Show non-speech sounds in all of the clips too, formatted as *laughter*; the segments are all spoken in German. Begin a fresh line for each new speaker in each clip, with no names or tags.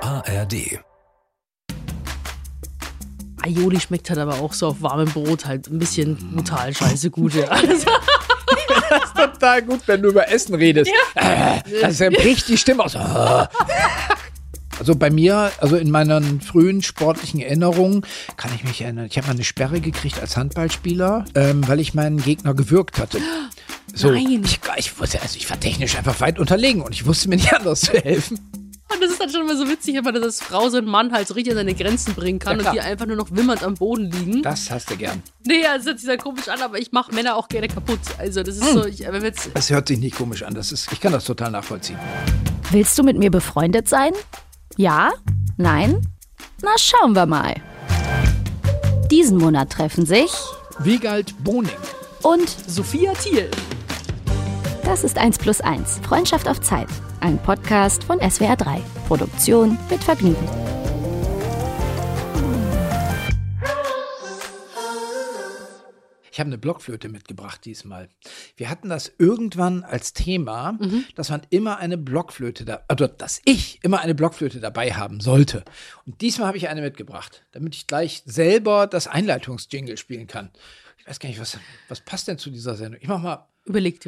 ARD.
Aioli schmeckt halt aber auch so auf warmem Brot halt ein bisschen brutal scheiße gut. ja. *laughs* Also,
Das ist total gut, wenn du über Essen redest. Äh, Das bricht die Stimme aus. Ah. Also bei mir, also in meinen frühen sportlichen Erinnerungen, kann ich mich erinnern, ich habe mal eine Sperre gekriegt als Handballspieler, ähm, weil ich meinen Gegner gewürgt hatte. So,
Nein.
Ich, ich, wusste, also ich war technisch einfach weit unterlegen und ich wusste mir nicht anders zu helfen.
und das ist dann schon mal so witzig, aber dass das Frau so einen Mann halt so richtig an seine Grenzen bringen
Ja,
kann und
klar.
die einfach nur noch wimmernd am Boden liegen.
Das hast du gern.
Nee, also das hört sich dann komisch an, aber ich mache Männer auch gerne kaputt. Also das ist so, ich, wenn wir jetzt
Das hört sich nicht komisch an. Das ist, ich kann das total nachvollziehen.
Willst du mit mir befreundet sein? Ja? Nein? Na, schauen wir mal. Diesen Monat treffen sich
Wiegald Boning.
und
Sophia Thiel.
das ist 1 plus 1, Freundschaft auf Zeit. Ein Podcast von SWR 3. Produktion mit Vergnügen.
Ich habe eine Blockflöte mitgebracht diesmal. Wir hatten das irgendwann als Thema, dass man immer eine Blockflöte da, also dass ich immer eine Blockflöte dabei haben sollte. Und diesmal habe ich eine mitgebracht, damit ich gleich selber das Einleitungsjingle spielen kann. Ich weiß gar nicht, was, was passt denn zu dieser Sendung? Ich mach mal.
Überlegt.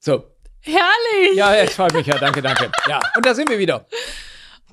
So.
Herrlich!
Ja, ja, ich freue mich ja. Danke, danke. Ja. Und da sind wir wieder.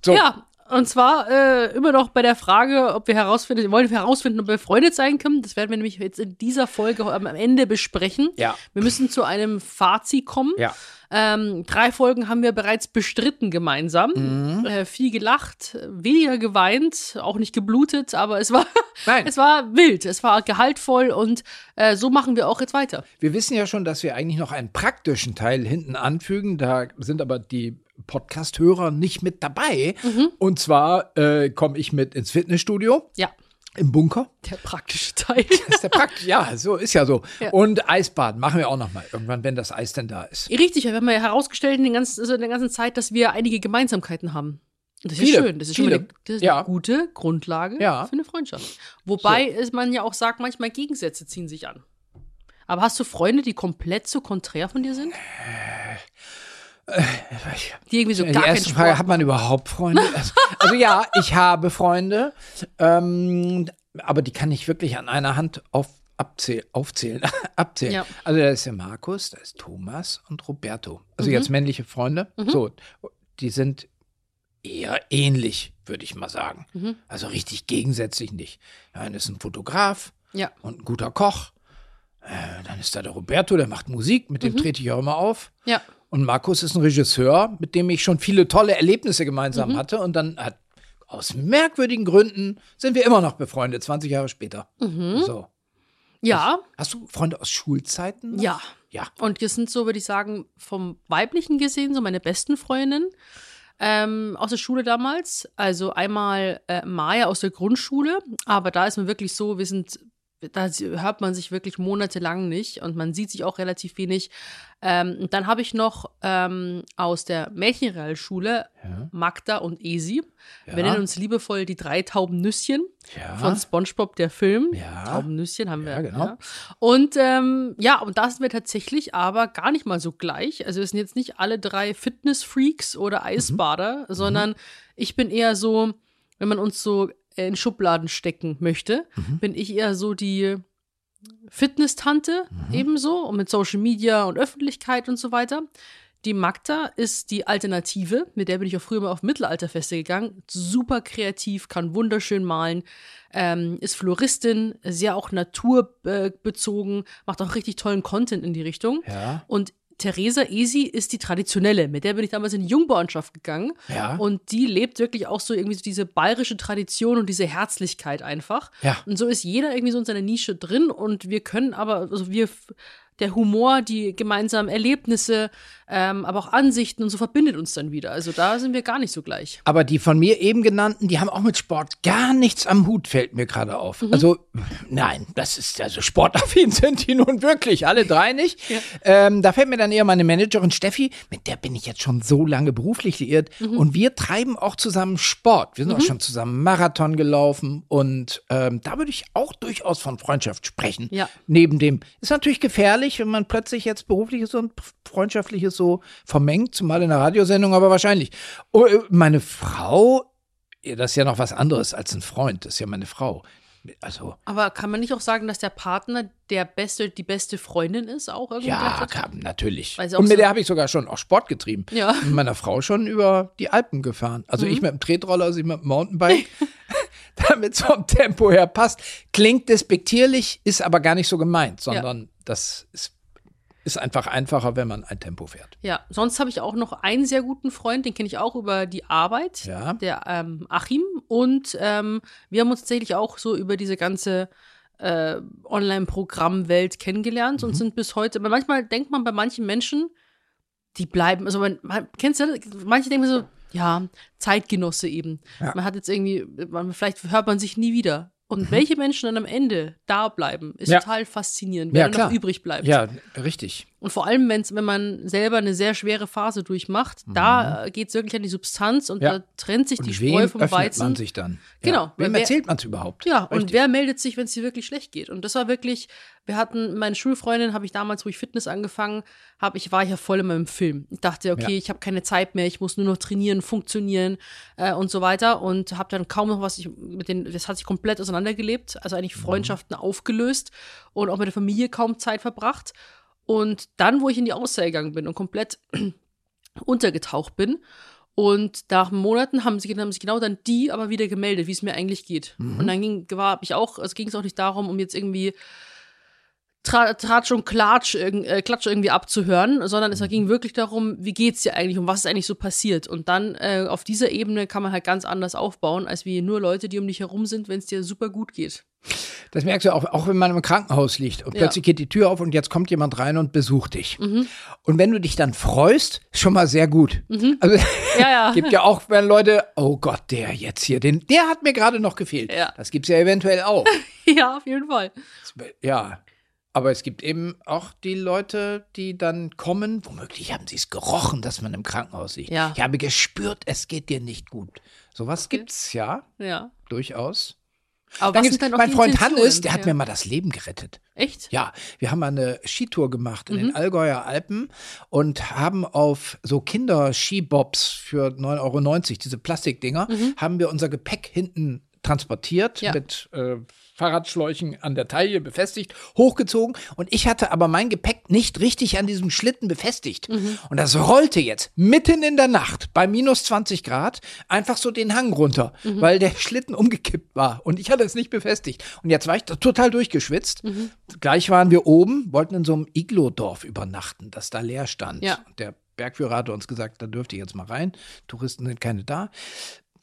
So.
Ja, und zwar äh, immer noch bei der Frage, ob wir herausfinden, wollen wir herausfinden, ob wir befreundet sein können. Das werden wir nämlich jetzt in dieser Folge am am Ende besprechen.
Ja.
Wir müssen zu einem Fazit kommen.
Ja.
Ähm, drei Folgen haben wir bereits bestritten gemeinsam.
Mhm.
Äh, viel gelacht, weniger geweint, auch nicht geblutet, aber es war,
Nein.
*laughs* es war wild, es war gehaltvoll und äh, so machen wir auch jetzt weiter.
Wir wissen ja schon, dass wir eigentlich noch einen praktischen Teil hinten anfügen. Da sind aber die Podcast-Hörer nicht mit dabei. Und zwar äh, komme ich mit ins Fitnessstudio
Ja,
im Bunker.
der praktische Teil.
Das ist der Prakt ja, so ist ja so.
Ja.
Und Eisbaden machen wir auch noch mal irgendwann, wenn das Eis denn da ist.
Richtig, wir haben ja herausgestellt in, den ganzen, also in der ganzen Zeit, dass wir einige Gemeinsamkeiten haben. Und das ist
Viele,
schön. Das ist schon mal
viele.
eine, das ist
Ja.
eine gute Grundlage
Ja.
für eine Freundschaft. Wobei es man ja auch sagt, manchmal Gegensätze ziehen sich an. Aber hast du Freunde, die komplett so konträr von dir sind? Die irgendwie so
Äh, Die
gar keinen
erste Frage,
Sport
hat man überhaupt
*laughs*
Freunde? Also, also ja, ich habe Freunde, ähm, aber die kann ich wirklich an einer Hand auf, abzähl, aufzählen. *laughs* abzählen.
Ja.
Also da ist der Markus, da ist Thomas und Roberto. Also
Mhm.
jetzt männliche Freunde. So, die sind eher ähnlich, würde ich mal sagen.
Mhm.
Also richtig gegensätzlich nicht. Der eine ist ein Fotograf
Ja.
und ein guter Koch. Äh, dann ist da der Roberto, der macht Musik, mit dem
Mhm.
trete ich auch immer auf.
Ja.
Und Markus ist ein Regisseur, mit dem ich schon viele tolle Erlebnisse gemeinsam
Mhm.
hatte. Und dann hat aus merkwürdigen Gründen sind wir immer noch befreundet, 20 Jahre später.
Mhm.
So.
Ja,
Hast du Freunde aus Schulzeiten? noch?
ja.
Ja.
Und das sind so, würde ich sagen, vom Weiblichen gesehen, so meine besten Freundinnen ähm, aus der Schule damals. Also einmal äh, Maya aus der Grundschule, aber da ist man wirklich so, wir sind, da hört man sich wirklich monatelang nicht und man sieht sich auch relativ wenig. Ähm, und dann habe ich noch ähm, aus der Mädchenrealschule
Ja.
Magda und Esi.
Ja.
Wir nennen uns liebevoll die drei tauben Nüsschen
Ja.
von SpongeBob, der Film.
Ja.
Taubennüsschen haben wir.
Ja, genau.
Und ähm, ja, und da sind wir tatsächlich aber gar nicht mal so gleich. Also es sind jetzt nicht alle drei Fitness-Freaks oder
Mhm.
Eisbader, sondern ich bin eher so, wenn man uns so in Schubladen stecken möchte,
Mhm.
bin ich eher so die Fitness-Tante ebenso und mit Social Media und Öffentlichkeit und so weiter. Die Magda ist die Alternative, mit der bin ich auch früher mal auf Mittelalterfeste gegangen. Super kreativ, kann wunderschön malen, ähm, ist Floristin, sehr auch naturbezogen, macht auch richtig tollen Content in die Richtung.
Ja.
Und Theresa Esi ist die traditionelle, mit der bin ich damals in die Jungbauernschaft gegangen.
Ja.
Und die lebt wirklich auch so irgendwie so diese bayerische Tradition und diese Herzlichkeit einfach.
Ja.
Und so ist jeder irgendwie so in seiner Nische drin und wir können aber, also wir, der Humor, die gemeinsamen Erlebnisse, ähm, aber auch Ansichten und so verbindet uns dann wieder. Also da sind wir gar nicht so gleich.
Aber die von mir eben genannten, die haben auch mit Sport gar nichts am Hut, fällt mir gerade auf. Also, nein, das ist also sportaffin *laughs* sind die nun wirklich, alle drei nicht. Ähm, da fällt mir dann eher meine Managerin Steffi, mit der bin ich jetzt schon so lange beruflich liiert. Und wir treiben auch zusammen Sport. Wir sind auch schon zusammen Marathon gelaufen. Und ähm, da würde ich auch durchaus von Freundschaft sprechen.
Ja.
Neben dem, ist natürlich gefährlich, wenn man plötzlich jetzt berufliches und freundschaftliches so vermengt, zumal in der Radiosendung, aber wahrscheinlich. Oh, äh, meine Frau, ja, das ist ja noch was anderes als ein Freund, das ist ja meine Frau. Also,
Aber kann man nicht auch sagen, dass der Partner der beste, die beste Freundin ist auch irgendwie?
ja,
gleichzeitig?
kam, natürlich.
Weil sie auch
Und mit
so-
der habe ich sogar schon auch Sport getrieben.
Ja. Mhm.
Mit meiner Frau schon über die Alpen gefahren. Also ich mit dem Tretroller, sie mit dem
*laughs*
Mountainbike. *laughs* Damit es vom Tempo her passt. Klingt despektierlich, ist aber gar nicht so gemeint, sondern das ist, ist einfach einfacher, wenn man ein Tempo fährt.
Ja, sonst habe ich auch noch einen sehr guten Freund, den kenne ich auch über die Arbeit,
Ja.
der ähm, Achim. Und ähm, wir haben uns tatsächlich auch so über diese ganze äh, Online-Programmwelt kennengelernt
Mhm.
und sind bis heute, aber manchmal denkt man bei manchen Menschen, die bleiben, also man, man kennst du, das? manche denken so, ja, Zeitgenosse eben.
Ja. Mhm.
Man hat jetzt irgendwie, man, vielleicht hört man sich nie wieder. Und welche Menschen dann am Ende da bleiben, ist
Ja.
total faszinierend,
Ja,
wer dann
klar.
noch übrig bleibt.
Ja, richtig.
Und vor allem, wenn's, wenn man selber eine sehr schwere Phase durchmacht, da geht es wirklich an die Substanz und
Mhm. Ja.
da trennt sich
Und
die
wem
Spreu vom
öffnet
Weizen.
man sich dann?
Genau.
Ja. Wem
Wer-
erzählt man es überhaupt?
Ja, und
Richtig.
wer meldet sich, wenn es dir wirklich schlecht geht? Und das war wirklich, wir hatten, meine Schulfreundin habe ich damals, wo ich Fitness angefangen habe, ich war ja voll in meinem Film. Ich dachte, okay,
Ja.
ich habe keine Zeit mehr, ich muss nur noch trainieren, funktionieren äh, und so weiter und habe dann kaum noch was, ich mit den, das hat sich komplett auseinandergelebt, also
Mhm.
eigentlich Freundschaften aufgelöst und auch mit der Familie kaum Zeit verbracht. Und dann, wo ich in die Auszeit gegangen bin und komplett *clears throat* untergetaucht bin. Und nach Monaten haben sich, haben sich genau dann die aber wieder gemeldet, wie es mir eigentlich geht.
Mhm.
Und dann ging, war ich auch, es ging es auch nicht darum, um jetzt irgendwie Tra Tratsch und Klatsch, irgend- äh, Klatsch irgendwie abzuhören, sondern
Mhm.
es ging wirklich darum, wie geht's dir eigentlich und was ist eigentlich so passiert. Und dann äh, auf dieser Ebene kann man halt ganz anders aufbauen, als wie nur Leute, die um dich herum sind, wenn es dir super
*laughs*
gut geht.
Das merkst du auch, auch wenn man im Krankenhaus liegt und
Ja. Mhm.
plötzlich geht die Tür auf und jetzt kommt jemand rein und besucht dich. Und wenn du dich dann freust, schon mal sehr gut.
Mhm.
Also
Ja, ja.
gibt ja auch, wenn Leute, oh Gott, der jetzt hier, den, der hat mir gerade noch gefehlt.
Ja.
Das gibt's ja eventuell auch.
*laughs*
*laughs*
ja, auf jeden Fall.
ja. Aber es gibt eben auch die Leute, die dann kommen, womöglich haben sie es gerochen, dass man im Krankenhaus liegt.
Ja.
Ich habe gespürt, es geht dir nicht gut. Sowas gibt's ja
Ja.
durchaus.
Aber
Dann
was
gibt's,
sind dann auch
mein
die
Freund
Intentionen?
Hannes, der hat
ja.
mir mal das Leben gerettet.
Echt?
Ja, wir haben mal eine Skitour gemacht in den Allgäuer Alpen und haben auf so Kinder-Skibobs für 9,90 Euro, diese Plastikdinger, haben wir unser Gepäck hinten transportiert
Ja.
mit äh, Fahrradschläuchen an der Taille befestigt, hochgezogen und ich hatte aber mein Gepäck nicht richtig an diesem Schlitten befestigt. Und das rollte jetzt mitten in der Nacht bei minus 20 Grad einfach so den Hang runter, weil der Schlitten umgekippt war und ich hatte es nicht befestigt. Und jetzt war ich total durchgeschwitzt. Gleich waren wir oben, wollten in so einem Iglo-Dorf übernachten, das da leer stand.
Ja.
Und der Bergführer hatte uns gesagt, da dürft ihr jetzt mal rein. Touristen sind keine da.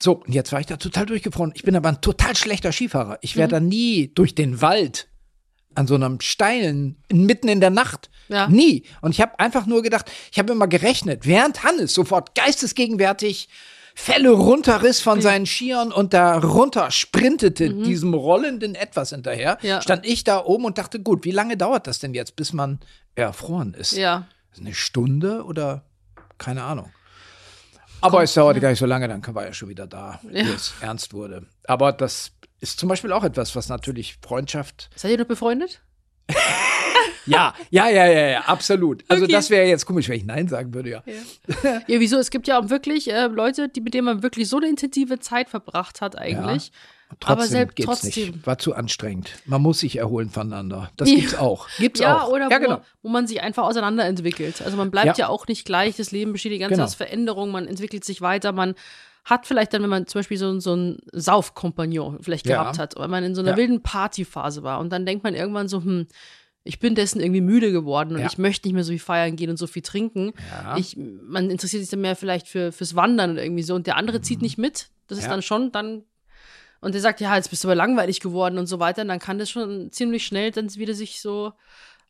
So, und jetzt war ich da total durchgefroren. Ich bin aber ein total schlechter Skifahrer. Ich
Mhm.
wäre da nie durch den Wald an so einem steilen, mitten in der Nacht.
Ja.
Nie. Und ich habe einfach nur gedacht, ich habe immer gerechnet, während Hannes sofort geistesgegenwärtig Fälle runterriss von seinen Skiern und da runter sprintete diesem rollenden Etwas hinterher,
Mhm. Ja.
stand ich da oben und dachte, gut, wie lange dauert das denn jetzt, bis man erfroren ist?
Ja.
Eine Stunde oder keine Ahnung. Aber es dauerte gar nicht so lange, dann war er schon wieder da,
Ja.
wie es ernst wurde. Aber das ist zum Beispiel auch etwas, was natürlich Freundschaft.
Seid ihr noch befreundet?
Ja, ja, ja, ja, ja, absolut. Also
Okay.
das wäre jetzt komisch, wenn ich Nein sagen würde, ja.
Ja, wieso? Es gibt ja auch wirklich äh, Leute, die, mit denen man wirklich so eine intensive Zeit verbracht hat, eigentlich. aber
Trotzdem
selbst
geht's
trotzdem.
nicht. War zu anstrengend. Man muss sich erholen voneinander. Das
Ja.
gibt's auch. Gibt's
Ja,
auch.
oder
ja,
wo,
genau.
wo man sich einfach auseinanderentwickelt. Also man bleibt ja.
Ja.
auch nicht gleich, das Leben besteht die ganze
Genau.
Zeit aus Veränderungen, man entwickelt sich weiter, man hat vielleicht dann, wenn man zum Beispiel so, so einen Saufkompagnon vielleicht
Ja.
gehabt hat, weil man in so einer
Ja.
wilden Partyphase war und dann denkt man irgendwann so, hm, ich bin dessen irgendwie müde geworden und
Ja.
ich möchte nicht mehr so viel feiern gehen und so viel trinken.
Ja.
Ich, man interessiert sich dann mehr vielleicht für, fürs Wandern oder irgendwie so und der andere zieht nicht mit. Das ist
Mhm. Ja.
dann schon, dann und der sagt, ja, jetzt bist du aber langweilig geworden und so weiter, und dann kann das schon ziemlich schnell dann wieder sich so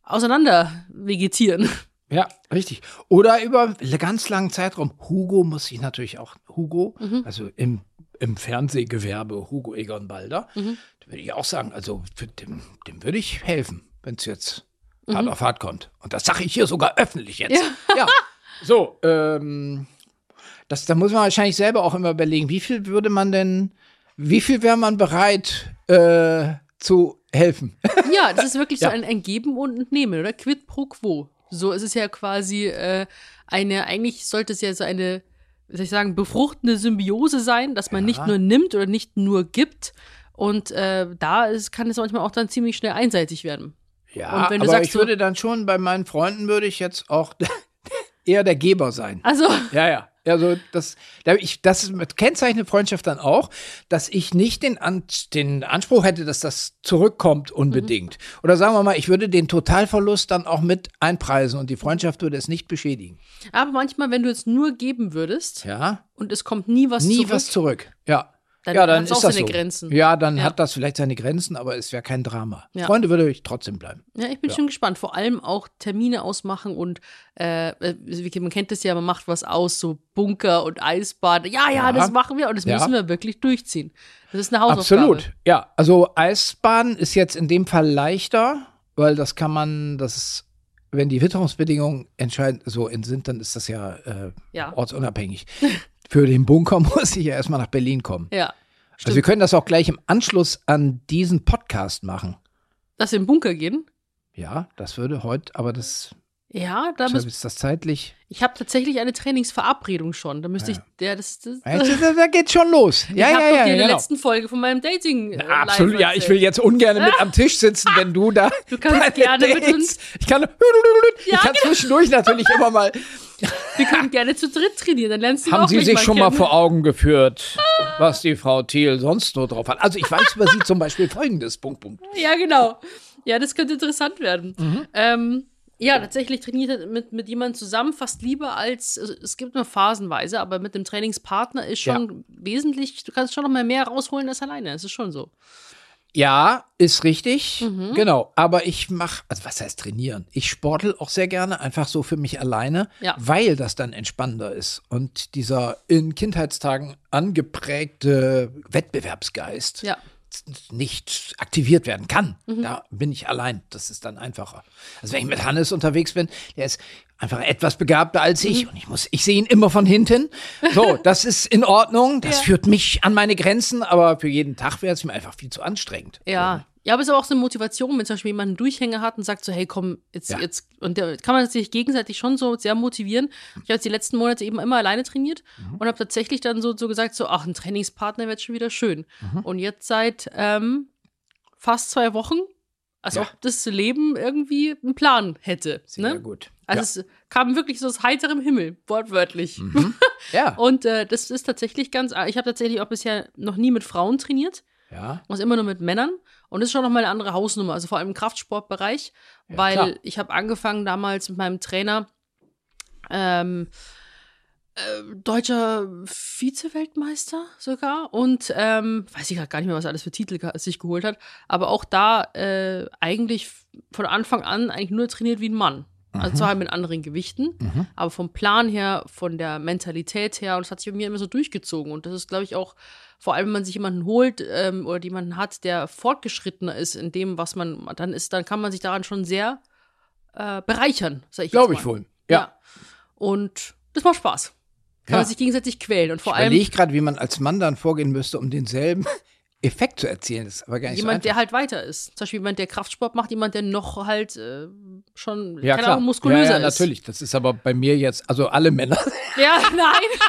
auseinander vegetieren.
Ja, richtig. Oder über einen ganz langen Zeitraum. Hugo muss sich natürlich auch, Hugo, also im, im Fernsehgewerbe, Hugo Egon Balder, da würde ich auch sagen, also für dem, dem würde ich helfen, wenn es jetzt hart auf hart kommt. Und das sage ich hier sogar öffentlich jetzt. Ja. So, ähm, das, da muss man wahrscheinlich selber auch immer überlegen, wie viel würde man denn, wie viel wäre man bereit äh, zu helfen?
Ja, das ist wirklich so ein, ein Geben und ein Nehmen, oder? Quid pro quo. So, es ist ja quasi äh, eine, eigentlich sollte es ja so eine, wie soll ich sagen, befruchtende Symbiose sein, dass man nicht nur nimmt oder nicht nur gibt. Und äh, da ist, kann es manchmal auch dann ziemlich schnell einseitig werden.
Ja,
Und wenn du
aber
sagst,
ich
so-
würde dann schon bei meinen Freunden würde ich jetzt auch *laughs* eher der Geber sein.
Also, *laughs*
Ja, ja. Also das, da ich, das ist mit kennzeichnende Freundschaft dann auch, dass ich nicht den, An den Anspruch hätte, dass das zurückkommt unbedingt.
Mhm.
Oder sagen wir mal, ich würde den Totalverlust dann auch mit einpreisen und die Freundschaft würde es nicht beschädigen.
aber manchmal, wenn du jetzt nur geben würdest
Ja,
und es kommt nie was
nie
zurück,
was zurück. Ja,
Dann
ja, dann
hat's
ist
auch
das
seine
so.
Grenzen.
Ja, dann
Ja.
hat das vielleicht seine Grenzen, aber es wäre kein Drama.
Ja.
Freunde würde ich trotzdem bleiben.
Ja, ich bin schon gespannt. Vor allem auch Termine ausmachen und äh, äh, wie- man kennt das ja, man macht was aus, so Bunker und Eisbad. Ja, ja,
Ja.
das machen wir und das
Ja.
müssen wir wirklich durchziehen. Das ist eine Hausaufgabe.
Absolut, ja. Also Eisbahn ist jetzt in dem Fall leichter, weil das kann man, das ist, wenn die Witterungsbedingungen entscheidend so in sind, dann ist das ja, äh,
Ja.
ortsunabhängig. *laughs* Für den Bunker *laughs* muss ich ja erstmal nach Berlin kommen.
Ja. Stimmt.
Also wir können das auch gleich im Anschluss an diesen Podcast machen.
Dass wir in den Bunker gehen.
Ja, das würde heute, aber das
Ja, da
deshalb
müssen,
ist das zeitlich. *laughs*
ich habe tatsächlich eine Trainingsverabredung schon. Da müsste
Ja.
ich, der, das, das,
Da, da, da geht's schon los. Ja,
ich
ja,
habe
ja,
dir in
genau.
der letzten Folge von meinem Dating. äh,
Na, Ah, absolut,
live
ja, ich will
erzählt.
jetzt ungern mit am Tisch sitzen, wenn du da.
Ah. Du kannst
deine
gerne mit uns-
Ich kann, ich
Ja,
kann
genau.
zwischendurch natürlich immer mal.
Wir können gerne zu dritt trainieren, dann lernst du ihn
Haben
auch
Sie
mich
sich schon mal
kennen.
vor Augen geführt, was die Frau Thiel sonst nur drauf hat? Also, ich weiß über sie zum Beispiel folgendes: Punkt, Punkt.
Ja, genau. Ja, das könnte interessant werden. Ähm, ja, tatsächlich trainiert er mit, mit jemandem zusammen fast lieber als, also es gibt nur phasenweise, aber mit dem Trainingspartner ist schon wesentlich, du kannst schon noch mal mehr rausholen als alleine. Es ist schon so.
Ja, ist richtig.
Mhm.
Genau. Aber ich mache, also was heißt trainieren? Ich sportel auch sehr gerne einfach so für mich alleine,
Ja.
weil das dann entspannender ist. Und dieser in Kindheitstagen angeprägte Wettbewerbsgeist
Ja.
nicht aktiviert werden kann. Da bin ich allein. Das ist dann einfacher. Also wenn ich mit Hannes unterwegs bin, der ist einfach etwas begabter als
Mhm.
ich und ich muss, ich sehe ihn immer von hinten.
*laughs*
So, das ist in Ordnung. Das führt mich an meine Grenzen, aber für jeden Tag wäre es mir einfach viel zu anstrengend.
Ja. Ja, aber es ist aber auch so eine Motivation, wenn zum Beispiel jemand einen Durchhänger hat und sagt so, hey, komm, jetzt,
Ja.
jetzt, und da kann man sich gegenseitig schon so sehr motivieren. Ich habe jetzt die letzten Monate eben immer alleine trainiert
Mhm.
und habe tatsächlich dann so, so gesagt, so, ach, ein Trainingspartner wäre jetzt schon wieder schön.
Mhm.
Und jetzt seit ähm, fast zwei Wochen, als
Ja.
ob das Leben irgendwie einen Plan hätte.
Sehr
Ne?
gut.
Also es kam wirklich so aus heiterem Himmel, wortwörtlich.
Mhm.
*laughs*
ja.
Und äh, das ist tatsächlich ganz, ich habe tatsächlich auch bisher noch nie mit Frauen trainiert.
ja.
Also immer nur mit Männern. Und das ist schon nochmal eine andere Hausnummer, also vor allem im Kraftsportbereich,
Ja,
weil
klar.
ich habe angefangen damals mit meinem Trainer, ähm, äh, deutscher Vize-Weltmeister sogar und ähm, weiß ich grad gar nicht mehr, was er alles für Titel ge- sich geholt hat, aber auch da äh, eigentlich f- von Anfang an eigentlich nur trainiert wie ein Mann.
Mhm.
Also zwar mit anderen Gewichten, aber vom Plan her, von der Mentalität her, und das hat sich bei mir immer so durchgezogen. Und das ist, glaube ich, auch, vor allem, wenn man sich jemanden holt ähm, oder jemanden hat, der fortgeschrittener ist in dem, was man dann ist, dann kann man sich daran schon sehr äh, bereichern, sag ich
Glaube
jetzt
ich
mal.
wohl. Ja.
Und das macht Spaß. Kann
Ja.
man sich gegenseitig quälen. Und vor
Ich
allem
überlege gerade, wie man als Mann dann vorgehen müsste, um denselben *laughs* Effekt zu erzielen. Das ist aber gar nicht
jemand,
so
der
einfach.
halt weiter ist. Zum Beispiel jemand, der Kraftsport macht, jemand, der noch halt äh, schon,
ja,
keine
klar.
Ahnung, muskulöser
ja, ja, natürlich. Das ist aber bei mir jetzt, also alle Männer. *laughs*
ist. Ja, *laughs* nein.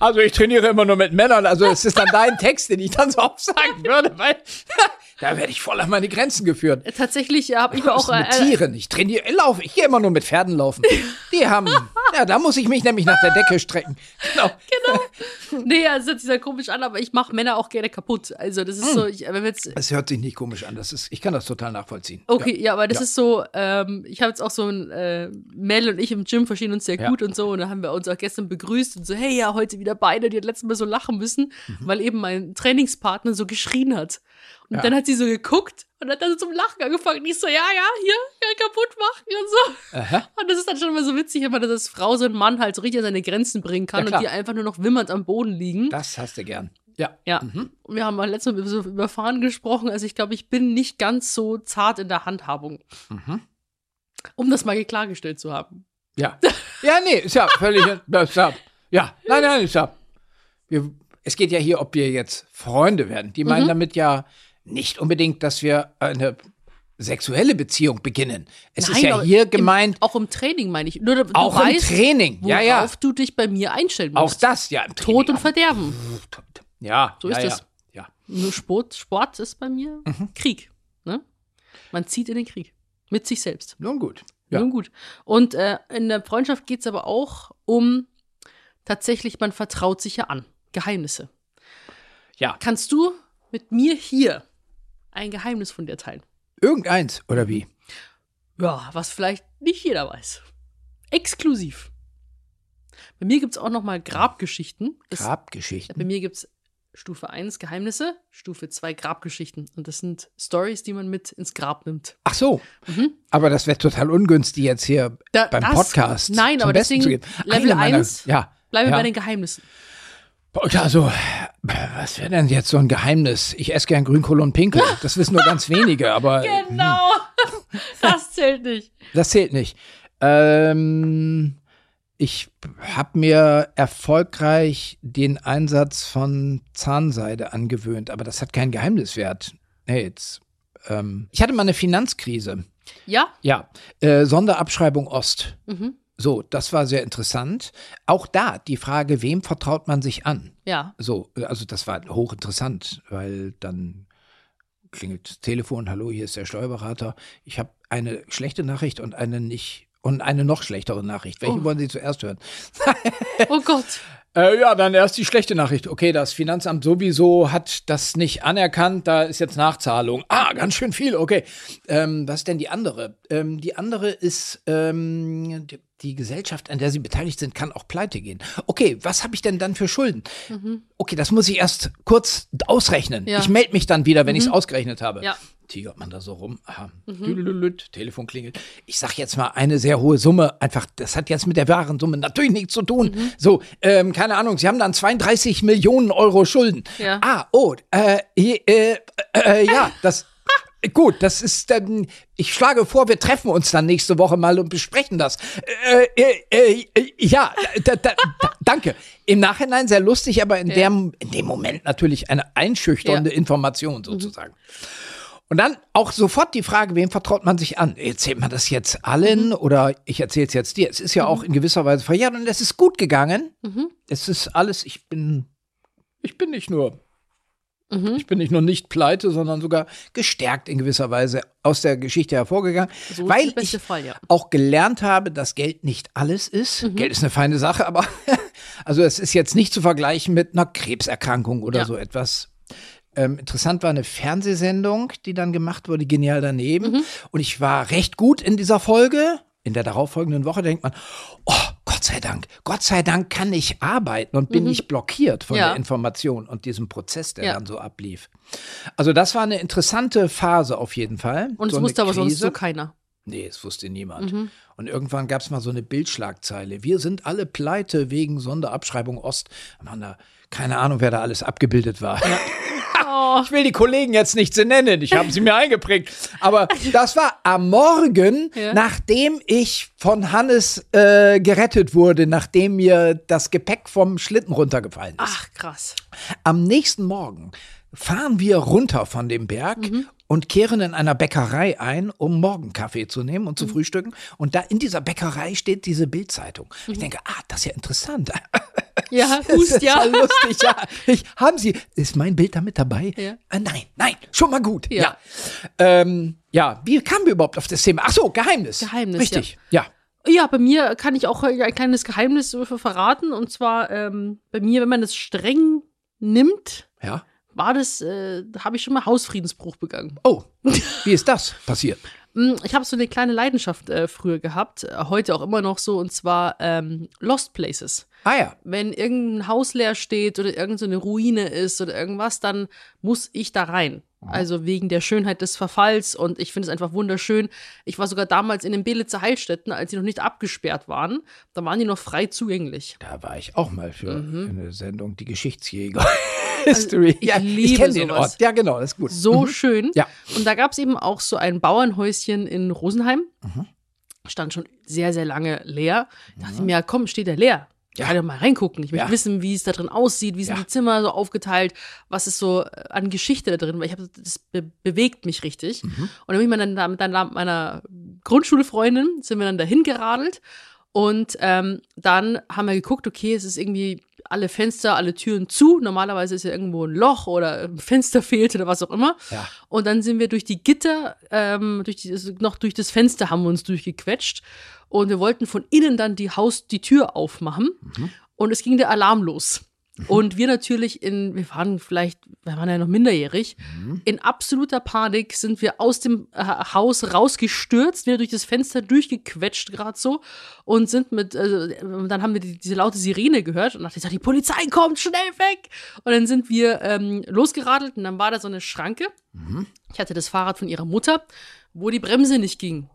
Also ich trainiere immer nur mit Männern. Also es ist dann dein Text, den ich dann so aufsagen würde, weil *laughs* da werde ich voll an meine Grenzen geführt.
Tatsächlich habe ich mir auch.
mit
Äh,
Tieren. Ich trainiere, ich laufe, ich gehe immer nur mit Pferden laufen. Die haben, ja, da muss ich mich nämlich nach der Decke strecken. Genau.
nee, es hört sich sehr komisch an, aber ich mache Männer auch gerne kaputt. Also, das
Hm.
ist so, ich, wenn wir jetzt
Es hört sich nicht komisch an. Das ist, ich kann das total nachvollziehen.
Okay, ja, aber das
Ja.
ist so, ähm, ich habe jetzt auch so ein, äh, Mel und ich im Gym verstehen uns sehr
Ja.
gut und so und da haben wir uns auch gestern begrüßt und so, hey, ja,
Mhm.
heute wieder beide, die hat letztes Mal so lachen müssen, weil eben mein Trainingspartner so geschrien hat. Und
Ja.
dann hat sie so geguckt und hat dann so zum Lachen angefangen. Und ich so, ja, ja, hier, ja, kaputt machen und so.
Aha.
Und das ist dann schon mal so witzig, wenn man das als Frau so einen Mann halt so richtig an seine Grenzen bringen
Ja,
kann
klar.
und die einfach nur noch wimmernd am Boden liegen.
Das hast du gern. Ja.
ja.
Mhm.
Und Wir haben mal letztes Mal so über Fahren gesprochen. Also ich glaube, ich bin nicht ganz so zart in der Handhabung,
Mhm.
um das mal klargestellt zu haben.
Ja. *laughs* Ja, nee, ist ja völlig. ja, Ist ja, ja, nein, nein, ist ja. Wir, es geht ja hier, ob wir jetzt Freunde werden. Die
Mhm.
meinen damit ja nicht unbedingt, dass wir eine sexuelle Beziehung beginnen. Es ist
Nein,
ja
aber
hier
im-
gemeint,
Auch im Training meine ich. Nur, du
auch
weißt,
im Training.
worauf
Ja, ja.
du dich bei mir einstellen
Auch
musst.
das, ja. Im
Tod
Training.
und Verderben.
Ja,
So
ja,
ist
ja.
das.
Ja.
Nur Sport, Sport ist bei mir
Mhm.
Krieg. Ne? Man zieht in den Krieg. Mit sich selbst.
Nun gut. Ja.
Nun gut. Und äh, in der Freundschaft geht es aber auch um tatsächlich, man vertraut sich ja an. Geheimnisse.
Ja.
Kannst du mit mir hier ein Geheimnis von dir teilen?
Irgendeins, oder wie?
Ja, was vielleicht nicht jeder weiß. Exklusiv. Bei mir gibt es auch noch mal Grabgeschichten. Das-
Grabgeschichten.
Bei mir gibt es Stufe 1 Geheimnisse, Stufe 2 Grabgeschichten. Und das sind Stories, die man mit ins Grab nimmt.
Ach so.
Mhm.
Aber das wäre total ungünstig, jetzt hier
Da-
beim
das-
Podcast.
Nein,
zum
aber
Besten
deswegen
zu geben.
Level
Eine meiner-
1.
Ja.
Bleiben wir
ja.
bei den Geheimnissen.
Also, was wäre denn jetzt so ein Geheimnis? Ich esse gern Grünkohl und Pinkel. Das wissen nur ganz wenige, aber äh,
*laughs* Genau. Das zählt nicht.
das zählt nicht. Ähm, ich habe mir erfolgreich den Einsatz von Zahnseide angewöhnt, aber das hat keinen Geheimniswert. Nee, jetzt. Ähm, ich hatte mal eine Finanzkrise.
Ja?
Ja, äh, Sonderabschreibung Ost.
Mhm.
So, das war sehr interessant. Auch da die Frage, wem vertraut man sich an?
Ja.
So, also das war hochinteressant, weil dann klingelt das Telefon, hallo, hier ist der Steuerberater. Ich habe eine schlechte Nachricht und eine nicht und eine noch schlechtere Nachricht. Welche
Oh.
wollen Sie zuerst hören?
Oh Gott.
Äh, ja, dann erst die schlechte Nachricht. Okay, das Finanzamt sowieso hat das nicht anerkannt. Da ist jetzt Nachzahlung. Ah, ganz schön viel. Okay. Ähm, was ist denn die andere? Ähm, die andere ist, ähm, die, die Gesellschaft, an der Sie beteiligt sind, kann auch pleite gehen. Okay, was habe ich denn dann für Schulden? Okay, das muss ich erst kurz ausrechnen.
Ja.
Ich melde mich dann wieder, wenn ich's ich es ausgerechnet habe.
Mhm. Ja. Mhm.
Tigert man da so rum. Aha. Düdelülüt, Telefon klingelt. Ich sag jetzt mal eine sehr hohe Summe. Einfach, das hat jetzt mit der wahren Summe natürlich nichts zu tun.
Mhm.
So, ähm, keine Ahnung, Sie haben dann 32 Millionen Euro Schulden.
Ja.
Ah, oh, äh, je- äh, äh, ja, das. Gut, das ist dann. Ich schlage vor, wir treffen uns dann nächste Woche mal und besprechen das. Äh, äh, äh, ja, da, da, da, danke. Im Nachhinein sehr lustig, aber in, der, in dem Moment natürlich eine einschüchternde Information sozusagen. Und dann auch sofort die Frage, wem vertraut man sich an? Erzählt man das jetzt allen oder ich erzähle es jetzt dir? Es ist ja auch in gewisser Weise verjährt und es ist gut gegangen. Es ist alles, ich bin, ich bin nicht nur,
Mhm.
ich bin nicht nur nicht pleite, sondern sogar gestärkt in gewisser Weise aus der Geschichte hervorgegangen,
So ist
weil
der beste
ich
Fall, ja. Mhm.
auch gelernt habe, dass Geld nicht alles ist. Geld ist eine feine Sache, aber *laughs* also es ist jetzt nicht zu vergleichen mit einer Krebserkrankung oder
Ja.
so etwas. Ähm, interessant war eine Fernsehsendung, die dann gemacht wurde, genial daneben.
Mhm.
Und ich war recht gut in dieser Folge. In der darauffolgenden Woche denkt man, oh, Gott sei Dank, Gott sei Dank kann ich arbeiten und bin nicht blockiert von
Mhm. Ja.
der Information und diesem Prozess, der
Ja.
dann so ablief. Also das war eine interessante Phase auf jeden Fall.
Und
so
es
eine
wusste aber sonst
Krise.
so keiner.
Nee, es wusste niemand.
Mhm.
Und irgendwann gab es mal so eine Bildschlagzeile. Wir sind alle pleite wegen Sonderabschreibung Ost. Man, da, keine Ahnung, wer da alles abgebildet war. *laughs*
Oh.
Ich will die Kollegen jetzt nicht so nennen, ich habe sie mir eingeprägt. Aber das war am Morgen,
Ja.
nachdem ich von Hannes äh, gerettet wurde, nachdem mir das Gepäck vom Schlitten runtergefallen ist.
Ach, krass.
Am nächsten Morgen fahren wir runter von dem Berg
Mhm.
und kehren in einer Bäckerei ein, um Morgenkaffee zu nehmen und zu
Mhm.
frühstücken. Und da in dieser Bäckerei steht diese Bildzeitung.
Mhm.
Ich denke, ah, das ist ja
*laughs*
interessant.
Ja,
*laughs* Das
Hust,
ist ja
ja.
lustig, ja. Ich, haben Sie, ist mein Bild da mit dabei?
Ja.
Ah, nein, nein, schon mal gut.
Ja.
Ja. Ähm, ja, wie kamen wir überhaupt auf das Thema? Ach so, Geheimnis.
Geheimnis,
Richtig, ja.
Ja, bei mir kann ich auch ein kleines Geheimnis verraten. Und zwar ähm, bei mir, wenn man es streng nimmt,
Ja.
war das, äh, habe ich schon mal Hausfriedensbruch begangen.
Oh, wie ist das passiert?
Mm, Ich habe so eine kleine Leidenschaft äh, früher gehabt, äh, heute auch immer noch so, und zwar ähm, Lost Places.
Ah ja.
Wenn irgendein Haus leer steht oder irgendeine so eine Ruine ist oder irgendwas, dann muss ich da rein. Also wegen der Schönheit des Verfalls und ich finde es einfach wunderschön. Ich war sogar damals in den Belitzer Heilstätten, als die noch nicht abgesperrt waren. Da waren die noch frei zugänglich.
Da war ich auch mal für eine Sendung, die Geschichtsjäger. *laughs* History.
Mhm. Also ich
ja,
liebe
ich kenne den
sowas.
Ort. Ja, genau, das ist gut.
So schön.
Ja.
Und da gab es eben auch so ein Bauernhäuschen in Rosenheim. Stand schon sehr, sehr lange leer. Ich dachte mir, ja, komm, steht der leer. Ich
Ja.
kann doch mal reingucken. Ich möchte
Ja.
wissen, wie es da drin aussieht, wie sind
Ja.
die Zimmer so aufgeteilt, was ist so äh, an Geschichte da drin, weil ich habe das be bewegt mich richtig.
Mhm.
Und dann bin ich mit meiner, mit einer- meiner Grundschulfreundin, sind wir dann dahin geradelt und ähm, dann haben wir geguckt, okay, es ist irgendwie alle Fenster, alle Türen zu. Normalerweise ist ja irgendwo ein Loch oder ein Fenster fehlt oder was auch immer.
Ja.
Und dann sind wir durch die Gitter, ähm, durch die, also noch durch das Fenster haben wir uns durchgequetscht. Und wir wollten von innen dann die Haus, die Tür aufmachen. Und es ging der Alarm los. Und wir natürlich in, wir waren vielleicht, wir waren ja noch minderjährig, in absoluter Panik sind wir aus dem äh, Haus rausgestürzt, wieder durch das Fenster durchgequetscht, gerade so, und sind mit, also, äh, dann haben wir die, diese laute Sirene gehört und dachte, ich sag, die Polizei kommt schnell weg. Und dann sind wir ähm, losgeradelt und dann war da so eine Schranke. Ich hatte das Fahrrad von ihrer Mutter, wo die Bremse nicht ging.